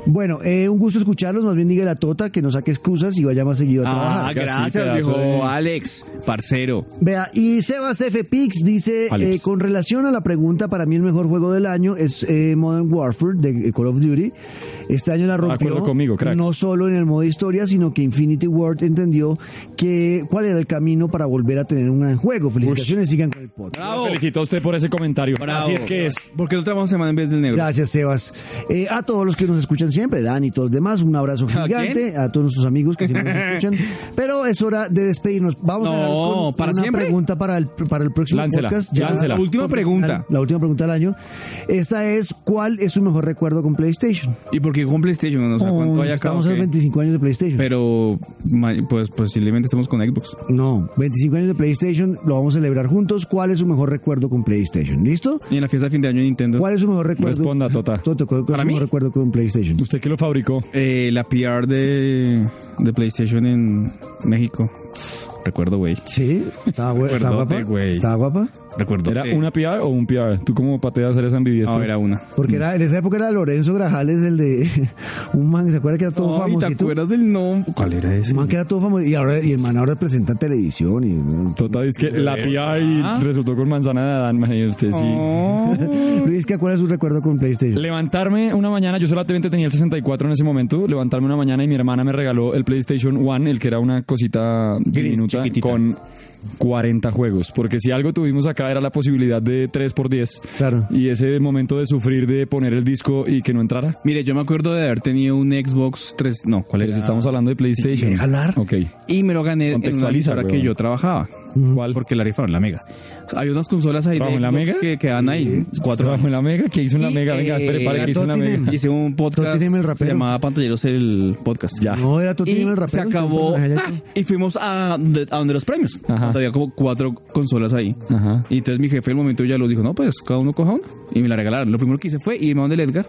S2: Bueno, eh, un gusto escucharlos. Más bien diga la Tota que no saque excusas y vaya más seguido a trabajar.
S3: Ah,
S4: sí,
S3: gracias,
S4: pedazo
S3: viejo
S4: de-
S3: Alex, parcero.
S2: Vea, y Sebas F. Pix dice,
S4: Alex.
S2: eh, con relación a la pregunta, para mí el mejor juego del año es eh, Modern Warfare de eh, Call of Duty. Este año la rompió,
S4: Ah, acuerdo conmigo, crack.
S2: no solo en el modo historia, sino que Infinity Ward entendió que cuál era el camino para volver a tener un gran juego. Felicitaciones, sigan con el podcast.
S3: Bravo.
S4: Felicito a usted por ese comentario.
S3: Bravo.
S4: Así es que es.
S3: ¿Por qué no trabajamos semana en vez del negro?
S2: Gracias, Sebas. Eh, a todos los que nos escuchan siempre, Dan y todos los demás, un abrazo
S3: quién?
S2: gigante a todos nuestros amigos que siempre nos
S3: [LAUGHS]
S2: escuchan. Pero es hora de despedirnos. Vamos
S3: No,
S2: a dejarlos con
S3: ¿para
S2: una
S3: siempre?
S2: pregunta para el, para el próximo
S4: Láncela,
S2: podcast.
S4: láncela.
S2: la
S3: Última pregunta.
S2: La última pregunta del año. Esta es, ¿cuál es su mejor recuerdo con PlayStation?
S3: ¿Y por qué este con PlayStation? O sea, ¿cuánto hay acá?
S2: Estamos
S3: o
S2: en
S3: qué?
S2: 25 años de PlayStation.
S3: Pero, ma- pues posiblemente estemos con Xbox.
S2: no, 25 años de PlayStation, lo vamos a celebrar juntos. ¿Cuál es su mejor recuerdo con PlayStation? ¿Listo?
S3: Y en la fiesta de fin de año de Nintendo.
S2: ¿Cuál es su mejor recuerdo?
S4: Responda, Tota.
S2: Toto, ¿cuál es su
S3: ¿Para mí?
S2: mejor recuerdo con PlayStation?
S4: ¿Usted que lo fabricó?
S3: Eh, la PR de, de PlayStation en México. Recuerdo, güey.
S2: Sí,
S3: [LAUGHS]
S2: estaba, güe- estaba
S3: Acuérdate,
S2: guapa.
S3: güey.
S2: Estaba guapa.
S3: Recuerdo.
S4: ¿Era
S3: Eh,
S4: una PR o un PR? ¿Tú cómo pateas eres ambidiestro?
S3: No, era una.
S2: Porque era, en esa época era Lorenzo Grajales, el de [LAUGHS] un man, ¿se acuerda que era todo
S3: Ay, ¿Te
S2: famosito?
S3: acuerdas del nombre? ¿Cuál era ese?
S2: Un man que era todo famoso. Y ahora y el man ahora presenta en televisión. Y,
S4: Tota dice que la PR y resultó con manzana de Adán. imagínese usted, sí.
S3: Ah. [LAUGHS] Oh.
S2: Luis, ¿qué acuerdas de su recuerdo con PlayStation?
S4: Levantarme una mañana, yo solamente tenía el 64 en ese momento, levantarme una mañana y mi hermana me regaló el PlayStation One, el que era una cosita diminuta
S3: chiquitita.
S4: con 40 juegos, porque si algo tuvimos acá era la posibilidad de 3x10
S2: Claro.
S4: y ese momento de sufrir de poner el disco y que no entrara.
S3: Mire, yo me acuerdo de haber tenido un Xbox 3. No, ¿cuál
S4: Pero
S3: era?
S4: si estamos hablando de PlayStation.
S2: ¿Me deja hablar?
S4: Ok.
S3: Y me lo gané en una
S4: Contextualiza,
S3: emisora que
S4: weón.
S3: yo trabajaba.
S4: ¿Cuál?
S3: Porque la rifaron, la Mega. Había unas consolas ahí de
S4: ¿Trabajo en la
S3: Xbox
S4: Mega?
S3: que quedaban ahí. Cuatro
S4: Trabajo en la Mega, que hizo en la
S3: Y,
S4: Mega, venga, espere,
S3: eh,
S4: para que hizo en la
S2: Tottenham.
S4: Mega.
S3: Hice un podcast.
S2: Tottenham el
S3: se
S2: rapero.
S3: llamaba Pantalleros el podcast. Ya.
S2: No, era Tottenham
S3: Y
S2: el rapero,
S3: Se acabó.
S2: entonces, allá-
S3: ah, [LAUGHS] y fuimos a, donde- a donde los premios.
S4: Ajá.
S3: Había como cuatro consolas ahí.
S4: Ajá.
S3: Y entonces mi jefe, el momento ya los dijo: No, pues cada uno coja una. Y me la regalaron. Lo primero que hice fue irme a donde el Edgar.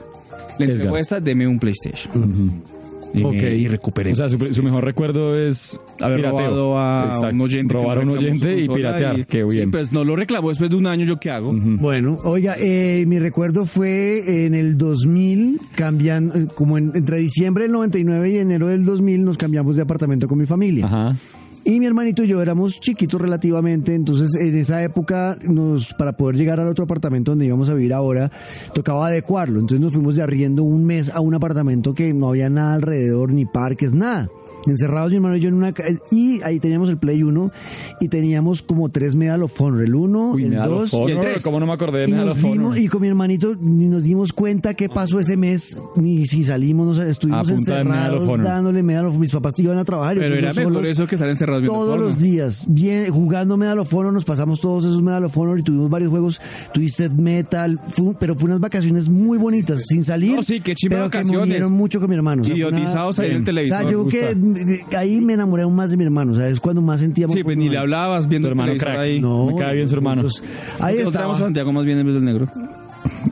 S3: Le
S4: Edgar.
S3: entregó esta, deme un PlayStation. y, eh,
S4: Ok.
S3: y recuperé.
S4: O sea, su, su mejor recuerdo es
S3: haber
S4: pirateo.
S3: robado a
S4: Exacto.
S3: un oyente. que
S4: Robar a
S3: no
S4: un
S3: reclamó su
S4: oyente y
S3: consola
S4: piratear. Qué bien.
S3: Sí, pues no lo reclamó después de un año. ¿Yo qué hago?
S2: Bueno, oiga, eh, mi recuerdo fue en el 2000, cambiando, eh, como en- entre diciembre del 99 y enero del 2000 nos cambiamos de apartamento con mi familia.
S4: Ajá.
S2: Y mi hermanito y yo éramos chiquitos relativamente, entonces en esa época nos para poder llegar al otro apartamento donde íbamos a vivir ahora, tocaba adecuarlo. Entonces nos fuimos de arriendo un mes a un apartamento que no había nada alrededor, ni parques, nada. Encerrados mi hermano y yo en una ca- y ahí teníamos el Play 1 y teníamos como tres Medal of Honor, el 1,
S4: Uy,
S2: el
S4: Medal of
S2: 2
S4: Honor,
S3: y el tres.
S4: ¿Cómo no me acordé de
S2: y
S4: Medal
S2: nos
S4: of Honor?
S2: dimos- y con mi hermanito ni nos dimos cuenta qué pasó ese mes, ni si salimos, no, sa- estuvimos
S4: A punta de Medal of
S2: encerrados
S4: Honor.
S2: dándole Medal of Mis papás iban a trabajar. y
S3: Pero era
S2: estuvimos
S3: mejor
S2: solos
S3: eso que estar encerrados viendo
S2: todos
S3: porno.
S2: los días, bien, jugando Medal of Honor, nos pasamos todos esos Medal of Honor y tuvimos varios juegos, Twisted Metal, fue un- pero fue unas vacaciones muy bonitas, sin salir,
S3: No, sí, qué chimba
S2: pero que me
S3: vacaciones.
S2: unieron mucho con mi hermano. o sea, fue una-
S3: Idiotizados ahí en el
S2: o
S3: televisor.
S2: sea, yo que ahí me enamoré aún más de mi hermano, o sea, es cuando más sentíamos.
S3: Sí, pues ni le
S2: hablaba
S3: hablabas viendo
S4: Tu hermano
S3: el televisor
S4: crack.
S3: ahí.
S2: No,
S4: Me cae bien su hermano.
S2: nosotros- Ahí
S3: Nosotros
S2: está.
S3: traemos a Santiago más bien en vez del negro.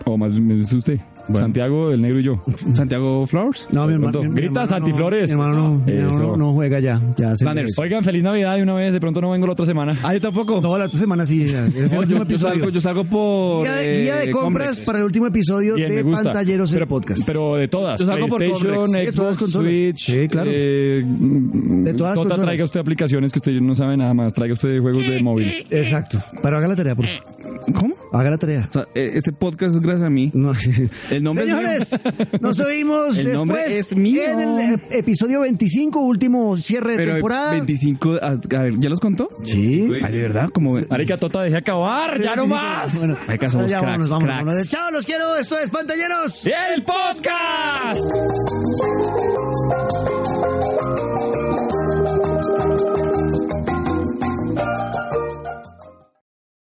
S4: O más bien es usted. Santiago, el negro y yo.
S3: Santiago Flowers.
S2: No, mi hermano.
S4: Pronto.
S2: mi- mi
S4: Grita,
S2: hermano
S4: Santi
S2: no,
S4: Flores.
S2: Mi hermano, no, mi hermano
S4: Eso.
S2: no, no juega ya. ya se-
S3: Banners.
S4: Oigan, feliz Navidad de una vez. De pronto no vengo la otra semana.
S3: Ah, yo tampoco.
S2: No, la otra semana sí. ya, es el
S3: No,
S2: último
S3: yo, yo
S2: episodio.
S3: salgo, yo salgo por.
S2: guía,
S3: eh,
S2: guía de compras
S3: Comrex.
S2: para el último episodio
S4: Bien,
S2: de
S4: me gusta.
S2: Pantalleros
S4: pero,
S2: el podcast.
S4: Pero de todas.
S3: Yo salgo por
S4: PlayStation,
S3: Correx.
S2: Sí, todas las
S4: Xbox,
S2: consolas.
S4: Switch.
S2: Sí, claro.
S4: eh, mm,
S2: De todas las
S4: Tota,
S2: consolas.
S4: traiga
S3: [LAUGHS]
S4: usted aplicaciones que usted no sabe nada más. Traiga usted juegos de móvil.
S2: Exacto. Pero haga la tarea, por favor.
S3: ¿Cómo?
S2: Haga la tarea.
S3: O sea, eh, este podcast es gracias a mí.
S2: No, sí, sí.
S3: [LAUGHS] El nombre es
S2: Señores,
S3: mío.
S2: [LAUGHS] nos oímos
S3: El nombre
S2: después
S3: es mío.
S2: en el eh, episodio 25, último cierre de
S3: Pero eh,
S2: temporada.
S3: 25, a, a ver, ¿ya los contó?
S2: Sí.
S3: Ay, de verdad, como...
S4: Arica Tota, dejé acabar, ya no más.
S2: Bueno,
S3: Marica, somos
S2: ya vámonos,
S3: cracks,
S2: vámonos,
S3: cracks.
S2: vámonos. Chao, los quiero. Esto es Pantalleros.
S4: ¡El podcast!